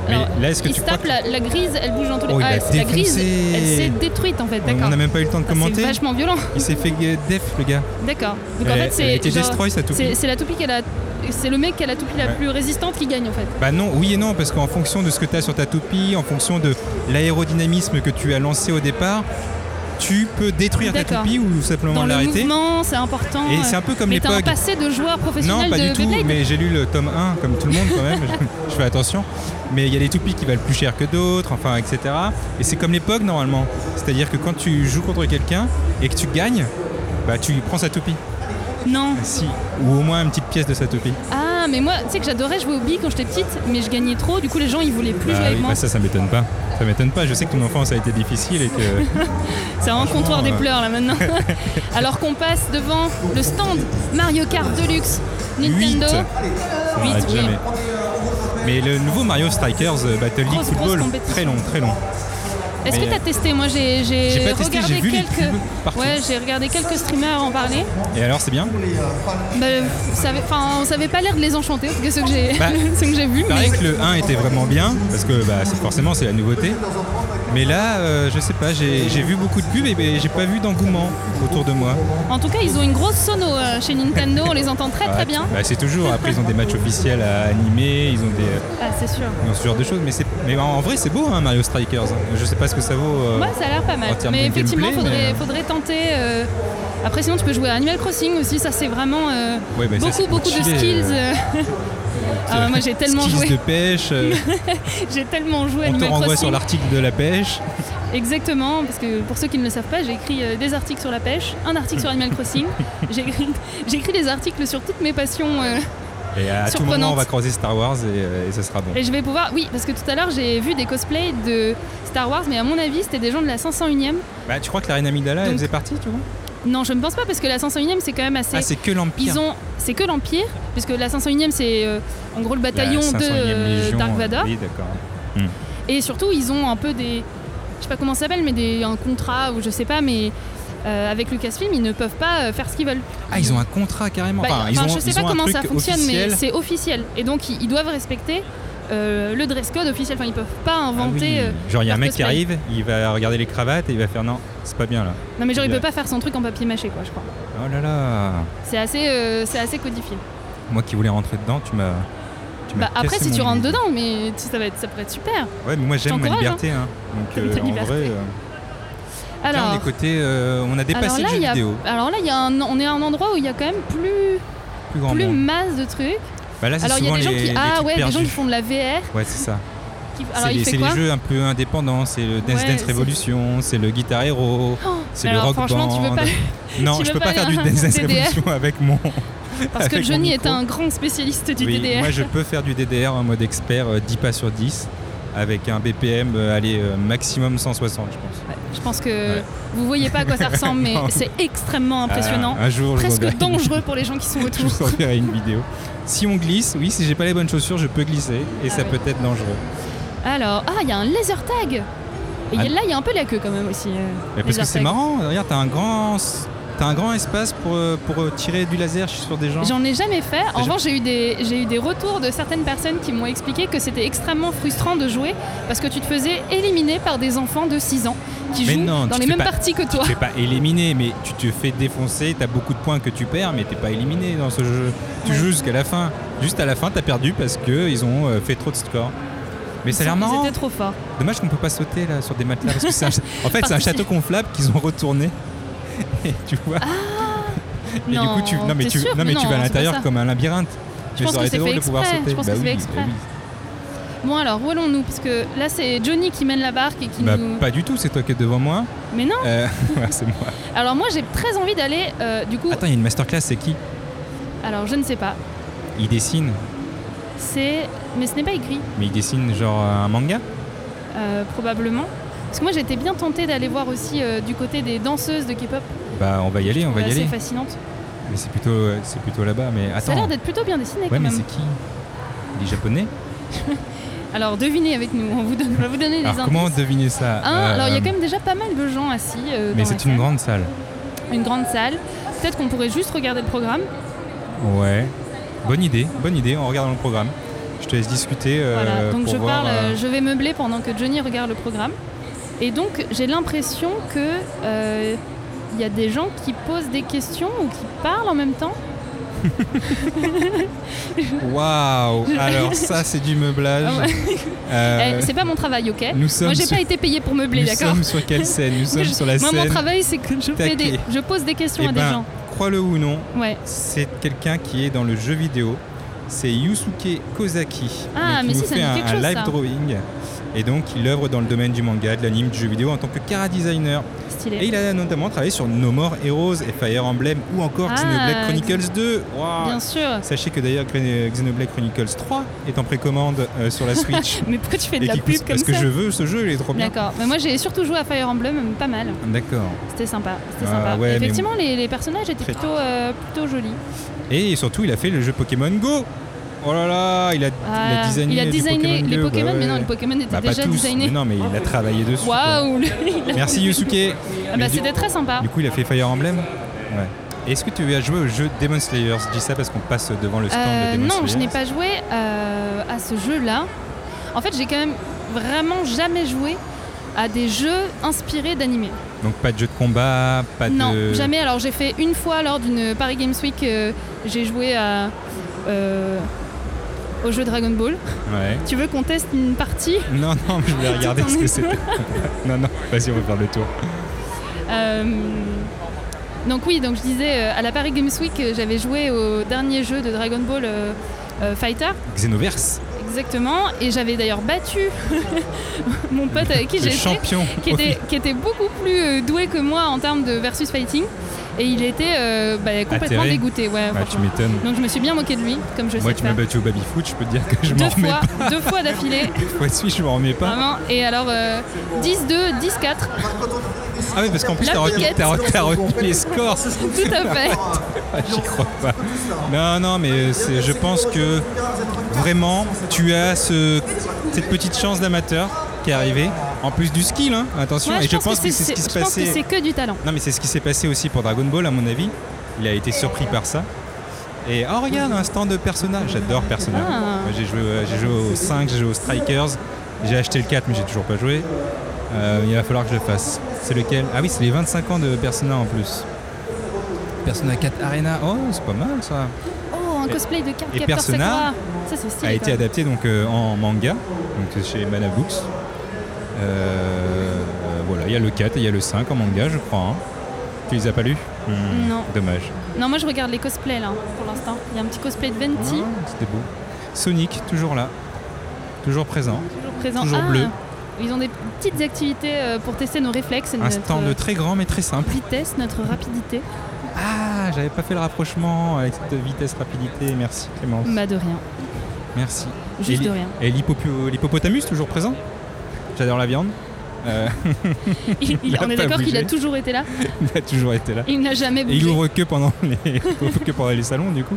Mais alors, là, est-ce que ils tu se crois tapent la, la grise, elle bouge dans tous les. Oh, il ah, l'a la grise, défoncé. elle s'est détruite en fait, On d'accord. n'a même pas eu le temps de Ah, C'est commenter. vachement violent, Il s'est fait euh, def, le gars. d'accord. Donc en Elle- fait, elle a c'est. été genre- destroy, sa toupie. C'est c'est la toupie qu'elle a. C'est le mec qui a la toupie la Ouais. plus résistante qui gagne en fait. Bah non, oui et non, parce qu'en fonction de ce que tu as sur ta toupie, en fonction de l'aérodynamisme que tu as lancé au départ, tu peux détruire ta D'accord. toupie ou simplement Dans le l'arrêter. mouvement, c'est important. Et euh, c'est un peu comme mais les t'as un pogs. passé de joueur professionnel non, pas de du tout, Beyblade mais j'ai lu le tome 1 comme tout le monde quand même, je fais attention. Mais il y a des toupies qui valent plus cher que d'autres, enfin, etc. Et c'est comme les POG normalement. C'est-à-dire que quand tu joues contre quelqu'un et que tu gagnes, bah tu prends sa toupie. Non. Si. Ou au moins une petite pièce de E sa toupie. Ah, mais moi, tu sais que j'adorais jouer au billes quand j'étais petite, mais je gagnais trop. Du coup, les gens ils voulaient plus Bah jouer avec oui, moi. bah ça, ça m'étonne pas. Ça m'étonne pas. Je sais que ton enfance a été difficile et que. C'est un Franchement, comptoir des euh. pleurs là maintenant. Alors qu'on passe devant le stand Mario Kart Deluxe Huit. Nintendo. Ça Huit, n'arrête oui. jamais. Mais le nouveau Mario Strikers euh, Battle League Grosse, grosse Football, compétition. très long, très long. Est-ce que Mais, euh, tu as testé Moi j'ai j'ai J'ai pas testé, regardé j'ai vu les quelques pubs partout. Ouais, j'ai regardé quelques streamers en parler. Et alors, c'est bien Bah, ça avait- enfin, ça avait pas l'air de les enchanter en tout cas ceux que j'ai Bah, ceux que j'ai vus. Il mais- paraît que le 1 était vraiment bien, parce que bah, c'est- forcément c'est la nouveauté. Mais là, euh, je sais pas, j'ai j'ai vu beaucoup de pubs et, et j'ai pas vu d'engouement autour de moi. En tout cas, ils ont une grosse sono euh, chez Nintendo, on les entend très Bah, très bien. bah, c'est toujours, après ils ont des matchs officiels à animer, ils ont, des, euh, Ah, c'est sûr. ils ont ce genre de choses. Mais, c'est- mais en, en vrai, c'est beau hein, Mario Strikers. Je sais pas ce que ça vaut. euh, Moi, ça a l'air pas en mal. termes Mais de effectivement, gameplay, faudrait, mais- euh, faudrait tenter. euh, Après, sinon, tu peux jouer à Animal Crossing aussi. Ça, c'est vraiment euh, Ouais, bah, ça, beaucoup, c'est beaucoup de stylé, euh, skills. euh. Ah, ouais, moi, j'ai tellement skills joué. de pêche, euh, J'ai tellement joué à on te Animal renvoie Crossing. sur l'article de la pêche. Exactement, parce que pour ceux qui ne le savent pas, j'ai écrit euh, des articles sur la pêche, un article sur Animal Crossing. J'ai écrit, j'ai écrit des articles sur toutes mes passions. euh, Et à tout Surprenante. moment, on va croiser Star Wars et, euh, et ça sera bon. et je vais pouvoir. Oui, parce que tout à l'heure, j'ai vu des cosplays de Star Wars, mais à mon avis, c'était des gens de la 501e. Bah, tu crois que la reine Amidala, elle Donc- faisait partie, tu vois Non, je ne pense pas, parce que la 501e, c'est quand même assez. Ah, c'est que l'Empire. Ils ont, c'est que l'Empire, puisque la 501e c'est euh, en gros le La bataillon de 500e euh, Bah, Légion, Dark euh, Vador. Oui, d'accord. Et surtout ils ont un peu des, je sais pas comment ça s'appelle, mais des, un contrat ou je sais pas, mais euh, avec Lucasfilm ils ne peuvent pas euh, faire ce qu'ils veulent. Ah, ils ont un contrat carrément. Bah, Enfin, ils enfin, ont- je sais ils pas ont un comment truc ça fonctionne, officiel. mais c'est officiel. Et donc ils, ils doivent respecter euh, le dress code officiel. Enfin ils peuvent pas Ah oui. inventer. euh, Genre, il y a un leur mec qui cosplay. arrive, il va regarder les cravates et il va faire non, c'est pas bien là. Non mais genre il Il y a- peut pas faire son truc en papier mâché quoi, je crois. Oh là là C'est assez, euh, c'est assez codifié. Moi qui voulais rentrer dedans, tu m'as. tu m'as Bah, après cassé si mon tu rentres idée. dedans, mais tu- ça va être, ça pourrait être super. Ouais, mais moi j'aime ma t'encourage, liberté. Hein. Donc, T'aimes euh, ta en liberté. vrai, euh, tiens, on Alors. est côté. euh, on a dépassé le là, jeu il y a- vidéo. alors là, il y a un- on est à un endroit où il y a quand même plus, Plus grand plus monde. masse de trucs. Bah, là, c'est Alors il y a souvent des gens les, qui, les ah trucs ouais, des gens perdus. qui font de la VR. Ouais, c'est ça. qui- alors C'est il les, fait c'est les quoi jeux un peu indépendants. C'est le Dance Ouais, Dance c'est- Revolution, c'est le Guitar Hero, c'est Oh, mais le alors, Rock franchement, tu peux Band. pas- Non, tu je peux peux pas pas faire du aller Dance Dance en DDR. Revolution avec mon. Parce que avec mon Johnny est micro. un grand spécialiste du Oui, DDR. Moi, je peux faire du DDR en mode expert, euh, 10 pas sur 10. avec un BPM euh, allez, euh, maximum 160, je pense. Ouais, je pense que Ouais. vous voyez pas à quoi ça ressemble, mais Non. c'est extrêmement impressionnant. Ah, un jour, je vous enverrai Presque une- dangereux pour les gens qui sont Je autour. vous enverrai une vidéo. Si on glisse, oui, si j'ai pas les bonnes chaussures, je peux glisser et Ah ça oui. peut être dangereux. Alors, ah, il y a un laser tag Et il y a- là, il y a un peu la queue quand même aussi. euh, Ah. Mais parce laser que c'est tag. marrant, regarde, t'as un grand, t'as un grand espace pour, euh, pour euh, tirer du laser sur des gens. J'en ai jamais fait. En Hein Déjà- revanche, j'ai eu, des, j'ai eu des retours de certaines personnes qui m'ont expliqué que c'était extrêmement frustrant de jouer parce que tu te faisais éliminer par des enfants de 6 ans qui Mais jouent non, tu dans te les fais mêmes pas- parties que toi. Tu n'es pas éliminé, mais tu te fais défoncer, t'as beaucoup de points que tu perds, mais t'es pas éliminé dans ce jeu. Tu joues jusqu'à la fin. Juste à la fin, t'as perdu parce que ils ont euh, fait trop de scores. Mais ça a l'air Ils marrant. étaient trop forts. Dommage qu'on peut pas sauter là sur des matelas parce que c'est un cha- en fait c'est un Parti. château gonflable qu'ils ont retourné. Et tu vois. et non, du coup tu non mais t'es tu sûr non mais Non, tu vas à c'est pas l'intérieur ça. comme un labyrinthe. Je mais pense ça aurait que été c'est drôle fait de pouvoir exprès. sauter. Je pense que Bah c'est fait oui, exprès. bah oui. Bon, alors, où allons-nous Parce que là, c'est Johnny qui mène la barque et qui Bah, nous. pas du tout, c'est toi qui es devant moi. Mais non Euh, ouais, c'est moi. Alors, moi, j'ai très envie d'aller. euh, du coup, Attends, il y a une masterclass, c'est qui alors, je ne sais pas. Il dessine, C'est. Mais ce n'est pas écrit, mais il dessine genre un manga euh, probablement. Parce que moi, j'étais bien tentée d'aller voir aussi euh, du côté des danseuses de K-pop. Euh, Bah on va y aller, on va y C'est aller. fascinante. Mais c'est plutôt euh, c'est plutôt là-bas mais Ça a l'air attends. d'être plutôt bien dessiné Ouais, quand mais même. c'est qui Il est japonais Alors devinez avec nous, on, vous donne- on va vous donner des Alors indices. comment deviner ça Hein, Euh, alors il y a quand même déjà pas mal de gens assis. euh, Mais dans la c'est une salle. grande salle. une grande salle. Peut-être qu'on pourrait juste regarder le programme. Euh, Ouais. Bonne idée, bonne idée, on regarde dans le programme. Je te laisse discuter. euh, voilà. Donc pour je voir, parle, euh, euh, je vais meubler pendant que Johnny regarde le programme. Et donc j'ai l'impression que euh, il y a des gens qui posent des questions ou qui parlent en même temps. Waouh Alors ça c'est du meublage. Ah ouais. Euh, Eh, c'est pas mon travail, ok nous sommes Moi j'ai sur- pas été payé pour meubler, nous d'accord sommes sur quelle scène Nous sommes Je- sur la Moi scène. mon travail c'est que je, fais des- Taquet. je pose des questions Eh à ben, des gens. Crois-le ou non, Ouais. c'est quelqu'un qui est dans le jeu vidéo. C'est Yusuke Kozaki. Ah, Donc, mais il si, nous ça fait me dit un, quelque un chose, live ça. drawing. Et donc il œuvre dans le domaine du manga, de l'anime, du jeu vidéo en tant que cara designer. Stylé. Et il a notamment travaillé sur No More Heroes et Fire Emblem ou encore Ah, Xenoblade Chronicles 2. Waouh. Bien sûr. Sachez que d'ailleurs Xen- Xenoblade Chronicles 3 est en précommande euh, sur la Switch. Mais pourquoi tu fais de et la qui pub coûte- comme parce ça que je veux ce jeu, il est trop bien. D'accord, mais moi j'ai surtout joué à Fire Emblem, pas mal, D'accord. c'était sympa, c'était Ah sympa. ouais, mais Effectivement, les, les personnages étaient Très- plutôt, euh, plutôt jolis. Et surtout, il a fait le jeu Pokémon Go. Oh là là, il a, Ah, il a designé, du Pokémon Go, les bah Pokémon, mais ouais. non, les Pokémon étaient Bah, pas déjà tous, mais designés. non, mais il a travaillé dessus. quoi. Waouh, le- il a- Merci Yusuke. Ah Mais bah, du- c'était très sympa. Du coup, il a fait Fire Emblem. Ouais. Est-ce que tu as joué au jeu Demon Slayer Je dis ça parce qu'on passe devant le stand Euh, de Demon non, Slayer. je n'ai pas joué euh, à ce jeu-là. En fait, j'ai quand même vraiment jamais joué à des jeux inspirés d'animés. Donc pas de jeu de combat, pas Non, de. jamais. Alors j'ai fait une fois lors d'une Paris Games Week, euh, j'ai joué à, euh, au jeu Dragon Ball. Ouais. Tu veux qu'on teste une partie Non, non, mais je voulais regarder ce que c'était. non, non, vas-y, on va faire le tour. Euh, Donc oui, donc je disais euh, à la Paris Games Week, euh, j'avais joué au dernier jeu de Dragon Ball euh, euh, Fighter, Xenoverse, exactement, et j'avais d'ailleurs battu mon pote avec qui le j'ai joué, champion. qui était, qui était beaucoup plus euh, doué que moi en termes de versus fighting, et il était euh, bah, complètement Atterré. dégoûté, ouais, Bah, tu franchement. m'étonnes. Donc je me suis bien moqué de lui, comme je Moi, sais tu faire. m'as battu au baby-foot, je peux te dire que je m'en Deux remets fois, pas. deux fois d'affilée, Fois de suite, je m'en remets pas. vraiment. Et alors, euh, 10-2, 10-4, Ah oui, parce qu'en plus, La t'as retenu, piquette. t'as re- t'as retenu les scores. tout à fait. Ah, J'y crois pas. Non, non, mais c'est- je pense que vraiment, tu as ce, cette petite chance d'amateur qui est arrivée. En plus du skill, hein, attention. Moi, Et je pense que c'est ce qui se je pense que passait. c'est que du talent. Non mais c'est ce qui s'est passé aussi pour Dragon Ball à mon avis. Il a été surpris par ça. Et oh regarde un stand de Persona, j'adore Persona. Ah. Moi, J'ai joué, euh, j'ai joué au 5, j'ai joué au Strikers, j'ai acheté le 4 mais j'ai toujours pas joué. Euh, il va falloir que je le fasse. C'est lequel Ah oui c'est les 25 ans de Persona en plus. Persona 4 Arena, oh c'est pas mal ça. Oh, un cosplay de carte et Captor Persona Sakura. Ça, c'est stylé. a été quoi. adapté donc euh, en manga, donc c'est chez Mana Books. Euh, euh, voilà, il y a le 4 et il y a le 5 en manga je crois. hein. Tu les as pas lus Hmm, Non. Dommage. Non, moi, je regarde les cosplays, là, pour l'instant. Il y a un petit cosplay de Venti, Ah, C'était beau. Sonic, toujours là. Toujours présent. toujours présent. toujours Ah, bleu. Ils ont des petites activités euh, pour tester nos réflexes et Un notre euh, stand très grand mais très simple. vitesse, notre rapidité. Ah, j'avais pas fait le rapprochement avec cette vitesse rapidité. Merci Clémence. Bah, de rien. Merci. Juste Et de li- rien. Et l'hippopo- l'hippopotamus, toujours présent J'adore la viande. Euh, Il- il- Il a on est pas d'accord qu'il a bougé. toujours été là. il a toujours été là. Il n'a jamais Et bougé. il ouvre que pendant les, que pendant les salons, du coup.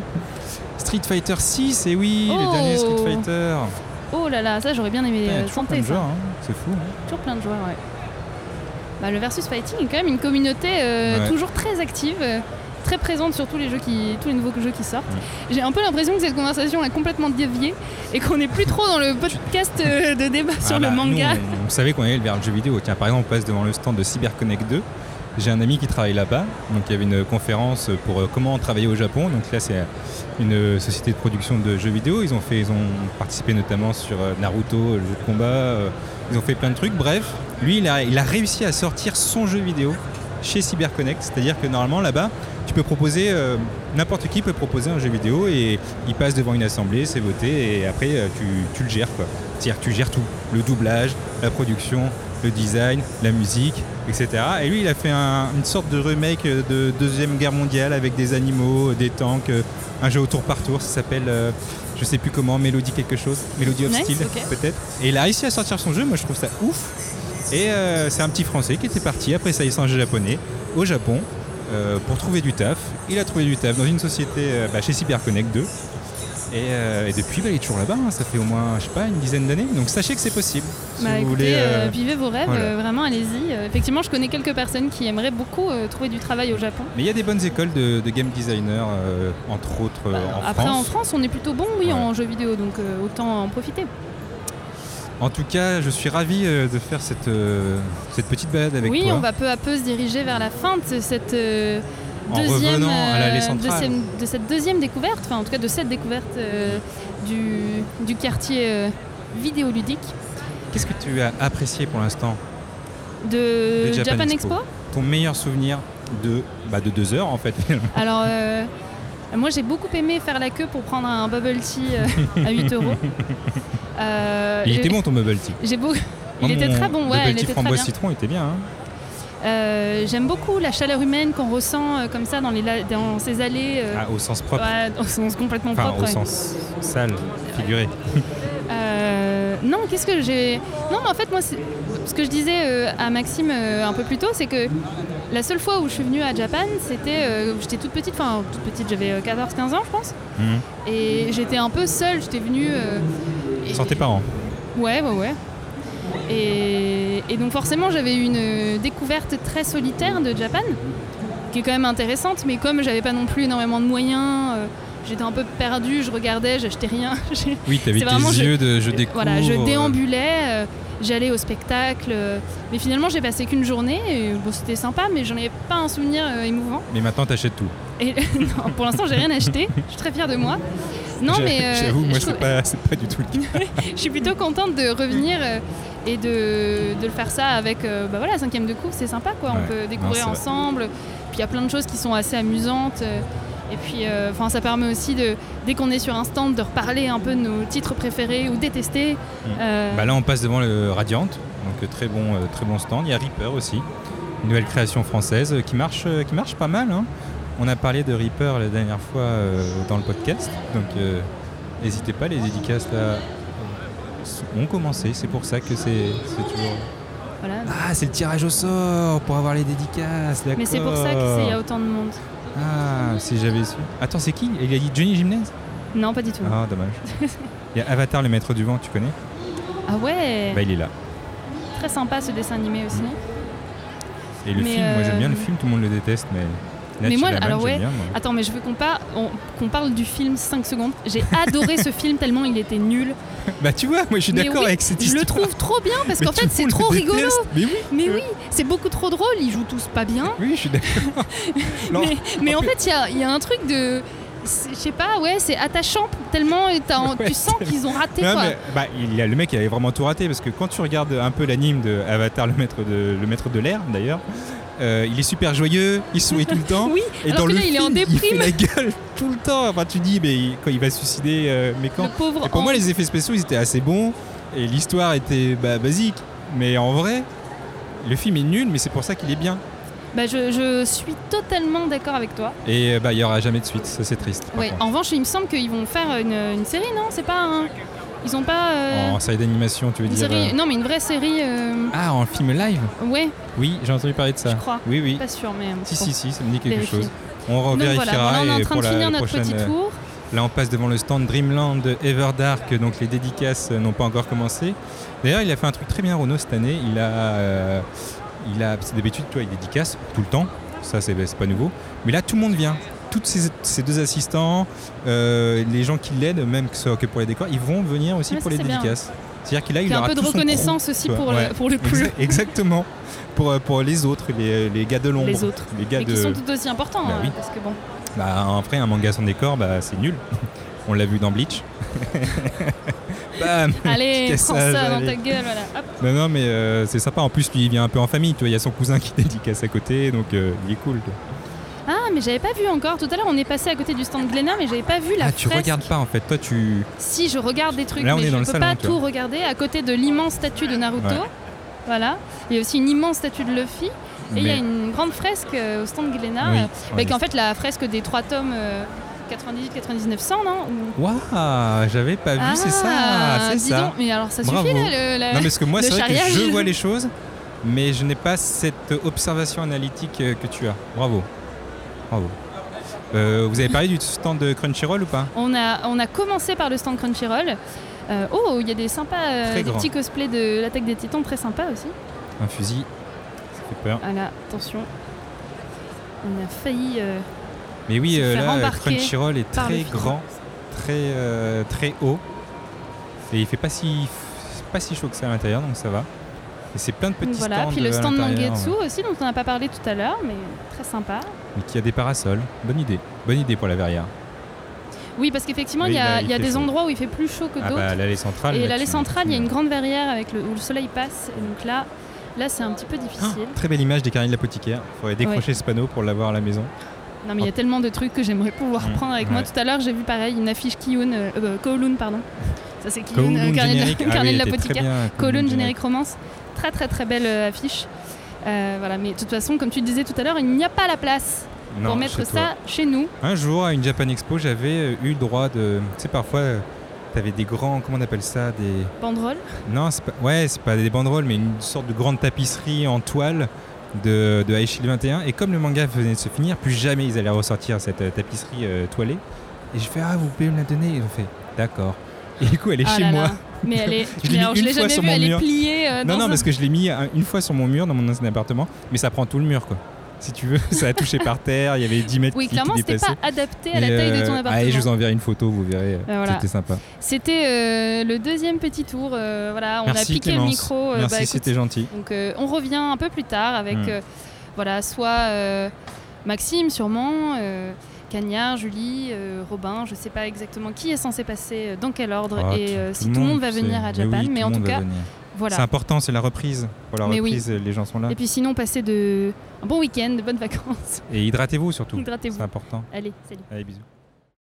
Street Fighter 6, et oui, les Oh derniers Street Fighter. Oh là là, ça j'aurais bien aimé Putain, il y a euh, toujours plein tenter de ça. joueurs, hein. c'est fou. hein. Toujours plein de joueurs, ouais. Bah, le versus fighting est quand même une communauté euh, Ouais. toujours très active, euh, très présente sur tous les jeux qui, tous les nouveaux jeux qui sortent. J'ai un peu l'impression que cette conversation a complètement dévié et qu'on n'est plus trop dans le podcast euh, de débat sur Ah le bah, manga. nous, on, on savait qu'on allait vers le jeu vidéo. Tiens, par exemple, on passe devant le stand de CyberConnect 2. J'ai un ami qui travaille là-bas, donc il y avait une conférence pour euh, comment travailler au Japon. Donc là, c'est une euh, société de production de jeux vidéo. Ils ont fait, ils ont participé notamment sur euh, Naruto, euh, le jeu de combat. euh, Ils ont fait plein de trucs. Bref, lui, il a, il a réussi à sortir son jeu vidéo chez CyberConnect. C'est-à-dire que normalement, là-bas, tu peux proposer, euh, n'importe qui peut proposer un jeu vidéo et il passe devant une assemblée, c'est voté et après, euh, tu, tu le gères. quoi. C'est-à-dire que tu gères tout. Le doublage, la production, le design, la musique, etc. Et lui, il a fait un- une sorte de remake euh, de Deuxième Guerre mondiale avec des animaux, euh, des tanks, euh, un jeu au tour par tour, ça s'appelle, euh, je sais plus comment, Mélodie quelque chose, Mélodie of Nice, Steel ok. peut-être. Et il a réussi à sortir son jeu, moi je trouve ça ouf. Et euh, c'est un petit Français qui était parti après sa licence de japonais au Japon euh, pour trouver du taf. Il a trouvé du taf dans une société euh, bah, chez CyberConnect 2. Et, euh, et depuis, bah, il est toujours là-bas. hein. Ça fait au moins, je sais pas, une dizaine d'années. Donc sachez que c'est possible. Si Bah, vous écoutez, voulez, euh, euh, vivez vos rêves, voilà. euh, vraiment allez-y. Euh, effectivement, je connais quelques personnes qui aimeraient beaucoup euh, trouver du travail au Japon. Mais il y a des bonnes écoles de, de game designer, euh, entre autres euh, en Bah, Après, France. en France, on est plutôt bon, oui, Ouais. en jeux vidéo, donc euh, autant en profiter. En tout cas, je suis ravi euh, de faire cette, euh, cette petite balade avec oui, toi. on va peu à peu se diriger vers la fin de cette euh, En deuxième, revenant à l'allée euh, de, centrale. cette, de cette deuxième découverte, enfin en tout cas de cette découverte euh, du, du quartier euh, vidéoludique Qu'est-ce que tu as apprécié pour l'instant de Le Japan, Japan Expo. Expo. Ton meilleur souvenir de, bah, de deux heures, en fait, finalement. Alors euh, moi j'ai beaucoup aimé faire la queue pour prendre un bubble tea euh, à 8 euros. Euh, Il j'ai- était bon ton bubble tea. J'ai beaucoup. Il Moi, était mon très bon, bubble ouais, il tea était très framboise bien. citron était bien. hein. Euh, J'aime beaucoup la chaleur humaine qu'on ressent euh, comme ça dans, les la- dans ces allées. euh, Ah, au sens propre. ouais, dans le sens complètement Enfin, propre. au ouais. sens sale, figuré. Euh, non, qu'est-ce que j'ai. Non, mais en fait, moi, c'est- ce que je disais euh, à Maxime euh, un peu plus tôt, c'est que la seule fois où je suis venue à Japan, c'était. euh, j'étais toute petite, enfin, toute petite, j'avais 14-15 ans, je pense. Mhm. Et j'étais un peu seule, j'étais venue. euh, et- Sans tes parents. Ouais, ouais, ouais. Et, et donc, forcément, j'avais eu une euh, découverte très solitaire de Japan, qui est quand même intéressante, mais comme j'avais pas non plus énormément de moyens. euh, J'étais un peu perdue, je regardais, j'achetais rien. j'ai- Oui, t'avais C'est tes vraiment, je- yeux de je découvre. voilà, je euh, déambulais, euh, j'allais au spectacle, euh, mais finalement j'ai passé qu'une journée, et, bon c'était sympa, mais j'en ai pas un souvenir euh, émouvant. Mais maintenant, t'achètes tout. Et non, pour l'instant j'ai rien acheté, je suis très fière de moi. Non J'a- mais euh, J'avoue, moi, je, c'est trouve- Euh. pas, c'est pas du tout le cas. je suis plutôt contente de revenir euh, et de, de le faire ça avec euh, bah voilà cinquième de cours, c'est sympa quoi, Ouais. on peut découvrir Non, c'est ensemble. Puis il y a plein de choses qui sont assez amusantes. euh, et puis, euh, 'fin, ça permet aussi, de, dès qu'on est sur un stand, de reparler un peu de nos titres préférés ou détestés. Euh, Bah là, on passe devant le Radiant, donc euh, très bon, euh, très bon stand. Il y a Reaper aussi, une nouvelle création française euh, qui marche, euh, qui marche pas mal. hein. On a parlé de Reaper la dernière fois euh, dans le podcast, donc euh, n'hésitez pas, les dédicaces là ont commencé. C'est pour ça que c'est c'est toujours. voilà. Ah, c'est le tirage au sort pour avoir les dédicaces. Mais c'est pour ça qu'il y a autant de monde. Ah, si j'avais su. Attends, c'est qui Il a dit Johnny Gymnase Non, pas du tout. Ah, dommage. Il y a Avatar, le maître du vent, tu connais Ah ouais, Bah, il est là. très sympa ce dessin animé aussi. Mm. Et le Mais film, moi j'aime bien le euh, film, tout le monde le déteste, mais. Mais moi, Natchaman, alors j'aime ouais. bien, moi. Attends, mais je veux qu'on par- on- qu'on parle du film 5 secondes. J'ai adoré ce film tellement il était nul. Bah tu vois, moi je suis Mais d'accord oui, avec cette Je histoire. le trouve trop bien parce Mais qu'en tout fait le c'est monde le trop rigolo. déteste. Euh. Mais oui, Mais oui, c'est beaucoup trop drôle, ils jouent tous pas bien. oui, je suis d'accord. Non. Mais, mais en fait il y a- il y, a un truc de... c'est- Je sais pas, ouais, c'est attachant tellement et t'as en- Ouais, tu sens qu'ils ont raté Non, quoi. mais, bah, il y a, le mec il avait vraiment tout raté parce que quand tu regardes un peu l'anime de Avatar le maître de, le maître de l'air d'ailleurs, euh, il est super joyeux, il sourit tout le temps. Oui, et alors dans que le là, il est en film, déprime. fait la gueule tout le temps. Enfin tu dis mais il- quand il va se suicider, euh, mais quand Le pauvre Et pour moi Hank. les effets spéciaux ils étaient assez bons et l'histoire était bah, basique. Mais en vrai, le film est nul mais c'est pour ça qu'il est bien. Bah, je, je suis totalement d'accord avec toi. Et euh, bah il y aura jamais de suite, ça c'est triste. par Ouais, contre. en revanche, il me semble qu'ils vont faire une, une série, non C'est pas un. Ils ont pas. euh, En série d'animation, tu veux une dire série- euh, Non, mais une vraie série. euh, Ah, en film live Ouais, Oui, j'ai entendu parler de ça. je crois. Oui, oui. Pas sûr, mais. Si, si, si, ça me dit quelque Vérifier. chose. On Donc revérifiera voilà, on est en et train pour de la, finir la notre prochaine. petit euh, tour. Là, on passe devant le stand Dreamland Everdark, donc les dédicaces euh, n'ont pas encore commencé. D'ailleurs, il a fait un truc très bien, Renault, cette année. Il a, euh, il a c'est d'habitude, tu vois, il dédicace tout le temps. Ça, c'est c'est pas nouveau. Mais là, tout le monde vient. Tous ces, ces deux assistants, euh, les gens qui l'aident, même que ce soit que pour les décors, ils vont venir aussi Ouais, pour Ah, ça, les c'est bien. dédicaces. C'est-à-dire qu'il a, Il il y a un aura peu de tout son crew, reconnaissance aussi quoi. pour, le- Ouais. pour le coup. Exa- Exactement. Pour, euh, pour les autres, les, les gars de l'ombre. Les autres. Les gars Mais de... qui sont tout aussi importants. Bah euh, oui. Parce que bon. Bah, après, un manga sans décor, bah, c'est nul. On l'a vu dans Bleach. Bam Allez, Petit prends cassage, ça dans allez. ta gueule, voilà. Hop. Non, non, mais euh, c'est sympa. En plus, lui, il vient un peu en famille. Tu vois, il y a son cousin qui dédicace à côté, donc euh, il est cool. quoi. Ah, mais j'avais pas vu encore. Tout à l'heure, on est passé à côté du stand Glénat, mais j'avais pas vu la ah, tu fresque. regardes pas en fait. Toi, tu. Si, je regarde des trucs, Là, on mais est je dans peux le salon, pas tu tout vois. regarder. À côté de l'immense statue de Naruto, Ouais. voilà. Il y a aussi une immense statue de Luffy. Et il y a Mais- une grande fresque euh, au stand Glénat, Oui, euh, ouais. avec en fait la fresque des trois tomes euh, 98, 99, 100, non Ou- Waouh, j'avais pas vu, c'est ça. Ah, C'est dis ça. donc, mais alors ça Bravo. suffit là, le- la- Non, mais parce que moi, Euh, le c'est vrai que charriage, je il- vois les choses, mais je n'ai pas cette observation analytique euh, que tu as. Bravo. Bravo. Euh, vous avez parlé du stand de Crunchyroll ou pas On a, on a commencé par le stand Crunchyroll. Euh, oh, il y a des sympas, euh, Très des grand. petits cosplays de l'attaque des titans très sympas aussi. Un fusil. Ça fait peur. Ah là, attention. On a failli. euh, Mais oui, se euh, faire là, euh, embarquer Crunchyroll est par le très film. grand, très, euh, très haut. Et il fait pas si, pas si chaud que ça à l'intérieur, donc ça va. Et c'est plein de petits voilà, stands puis le à stand l'intérieur, Mangetsu ouais. aussi, dont on n'a pas parlé tout à l'heure, mais très sympa. Mais qui a des parasols. Bonne idée. Bonne idée pour la verrière. Oui, parce qu'effectivement, Oui, il y a, là, il il y a fait des chaud. endroits où il fait plus chaud que Ah d'autres. bah, l'allée centrale. et là, l'allée tu- centrale, il y a tu- une grande verrière avec le, où le soleil passe. Et donc là, là c'est un petit Ah. peu difficile. Très belle image des carnets de l'apothicaire. Il faudrait décrocher ce panneau pour l'avoir à la maison. non, mais il y a tellement de trucs que j'aimerais pouvoir Ah. Mm, prendre avec moi. ouais. Tout à l'heure, j'ai vu pareil une affiche Kiyun, euh, euh, Kowloon, pardon. Ça, c'est Kiyun, euh, Kowloon carnet de- générique. Ah carnet oui, elle de était très l'apothicaire. bien, Colonne générique romance. Très très très belle euh, affiche. Euh, voilà, mais de toute façon, comme tu disais tout à l'heure, il n'y a pas la place Non, pour mettre chez toi. ça chez nous. Un jour, à une Japan Expo, j'avais euh, eu le droit de. Tu sais, parfois, tu avais des grands. Comment on appelle ça Des. Banderole. Non, c'est pas, ouais, c'est pas des banderoles, mais une sorte de grande tapisserie en toile de, de Aishil 21. Et comme le manga venait de se finir, plus jamais ils allaient ressortir cette euh, tapisserie euh, toilée. Et je fais Ah, vous pouvez me la donner Ils ont fait D'accord. Et du coup, elle est Ah chez là moi. là. Mais elle est. Je l'ai mis mais alors, je une l'ai fois jamais sur vue, mon elle est mur. pliée. euh, Non, dans non, un- parce que je l'ai mis un- une fois sur mon mur dans mon ancien appartement, mais ça prend tout le mur, quoi. Si tu veux, ça a touché par terre, il y avait 10 mètres Oui, qui- clairement, qui c'était dépassaient. pas adapté à la Mais, taille de euh, ton Allez, je vous appartement. enverrai une photo, vous verrez. euh, Ben voilà. C'était sympa. C'était euh, le deuxième petit tour. euh, voilà, on a Merci, piqué Clémence. le micro. euh, Merci, bah, écoute, c'était gentil. Donc euh, on revient un peu plus tard avec Mm. euh, voilà soit euh, Maxime sûrement, euh, Cagnard, Julie, euh, Robin, je sais pas exactement qui est censé passer euh, dans quel ordre Ah, et euh, si tout le monde va c'est- venir à mais Japan, oui, mais, tout le en tout monde va cas venir. C'est voilà. important, c'est la reprise. Pour la Mais oui. reprise, les gens sont là. Et puis sinon passez de un bon week-end, de bonnes vacances, Et hydratez-vous surtout. hydratez-vous. C'est important. Allez, salut. Allez, bisous.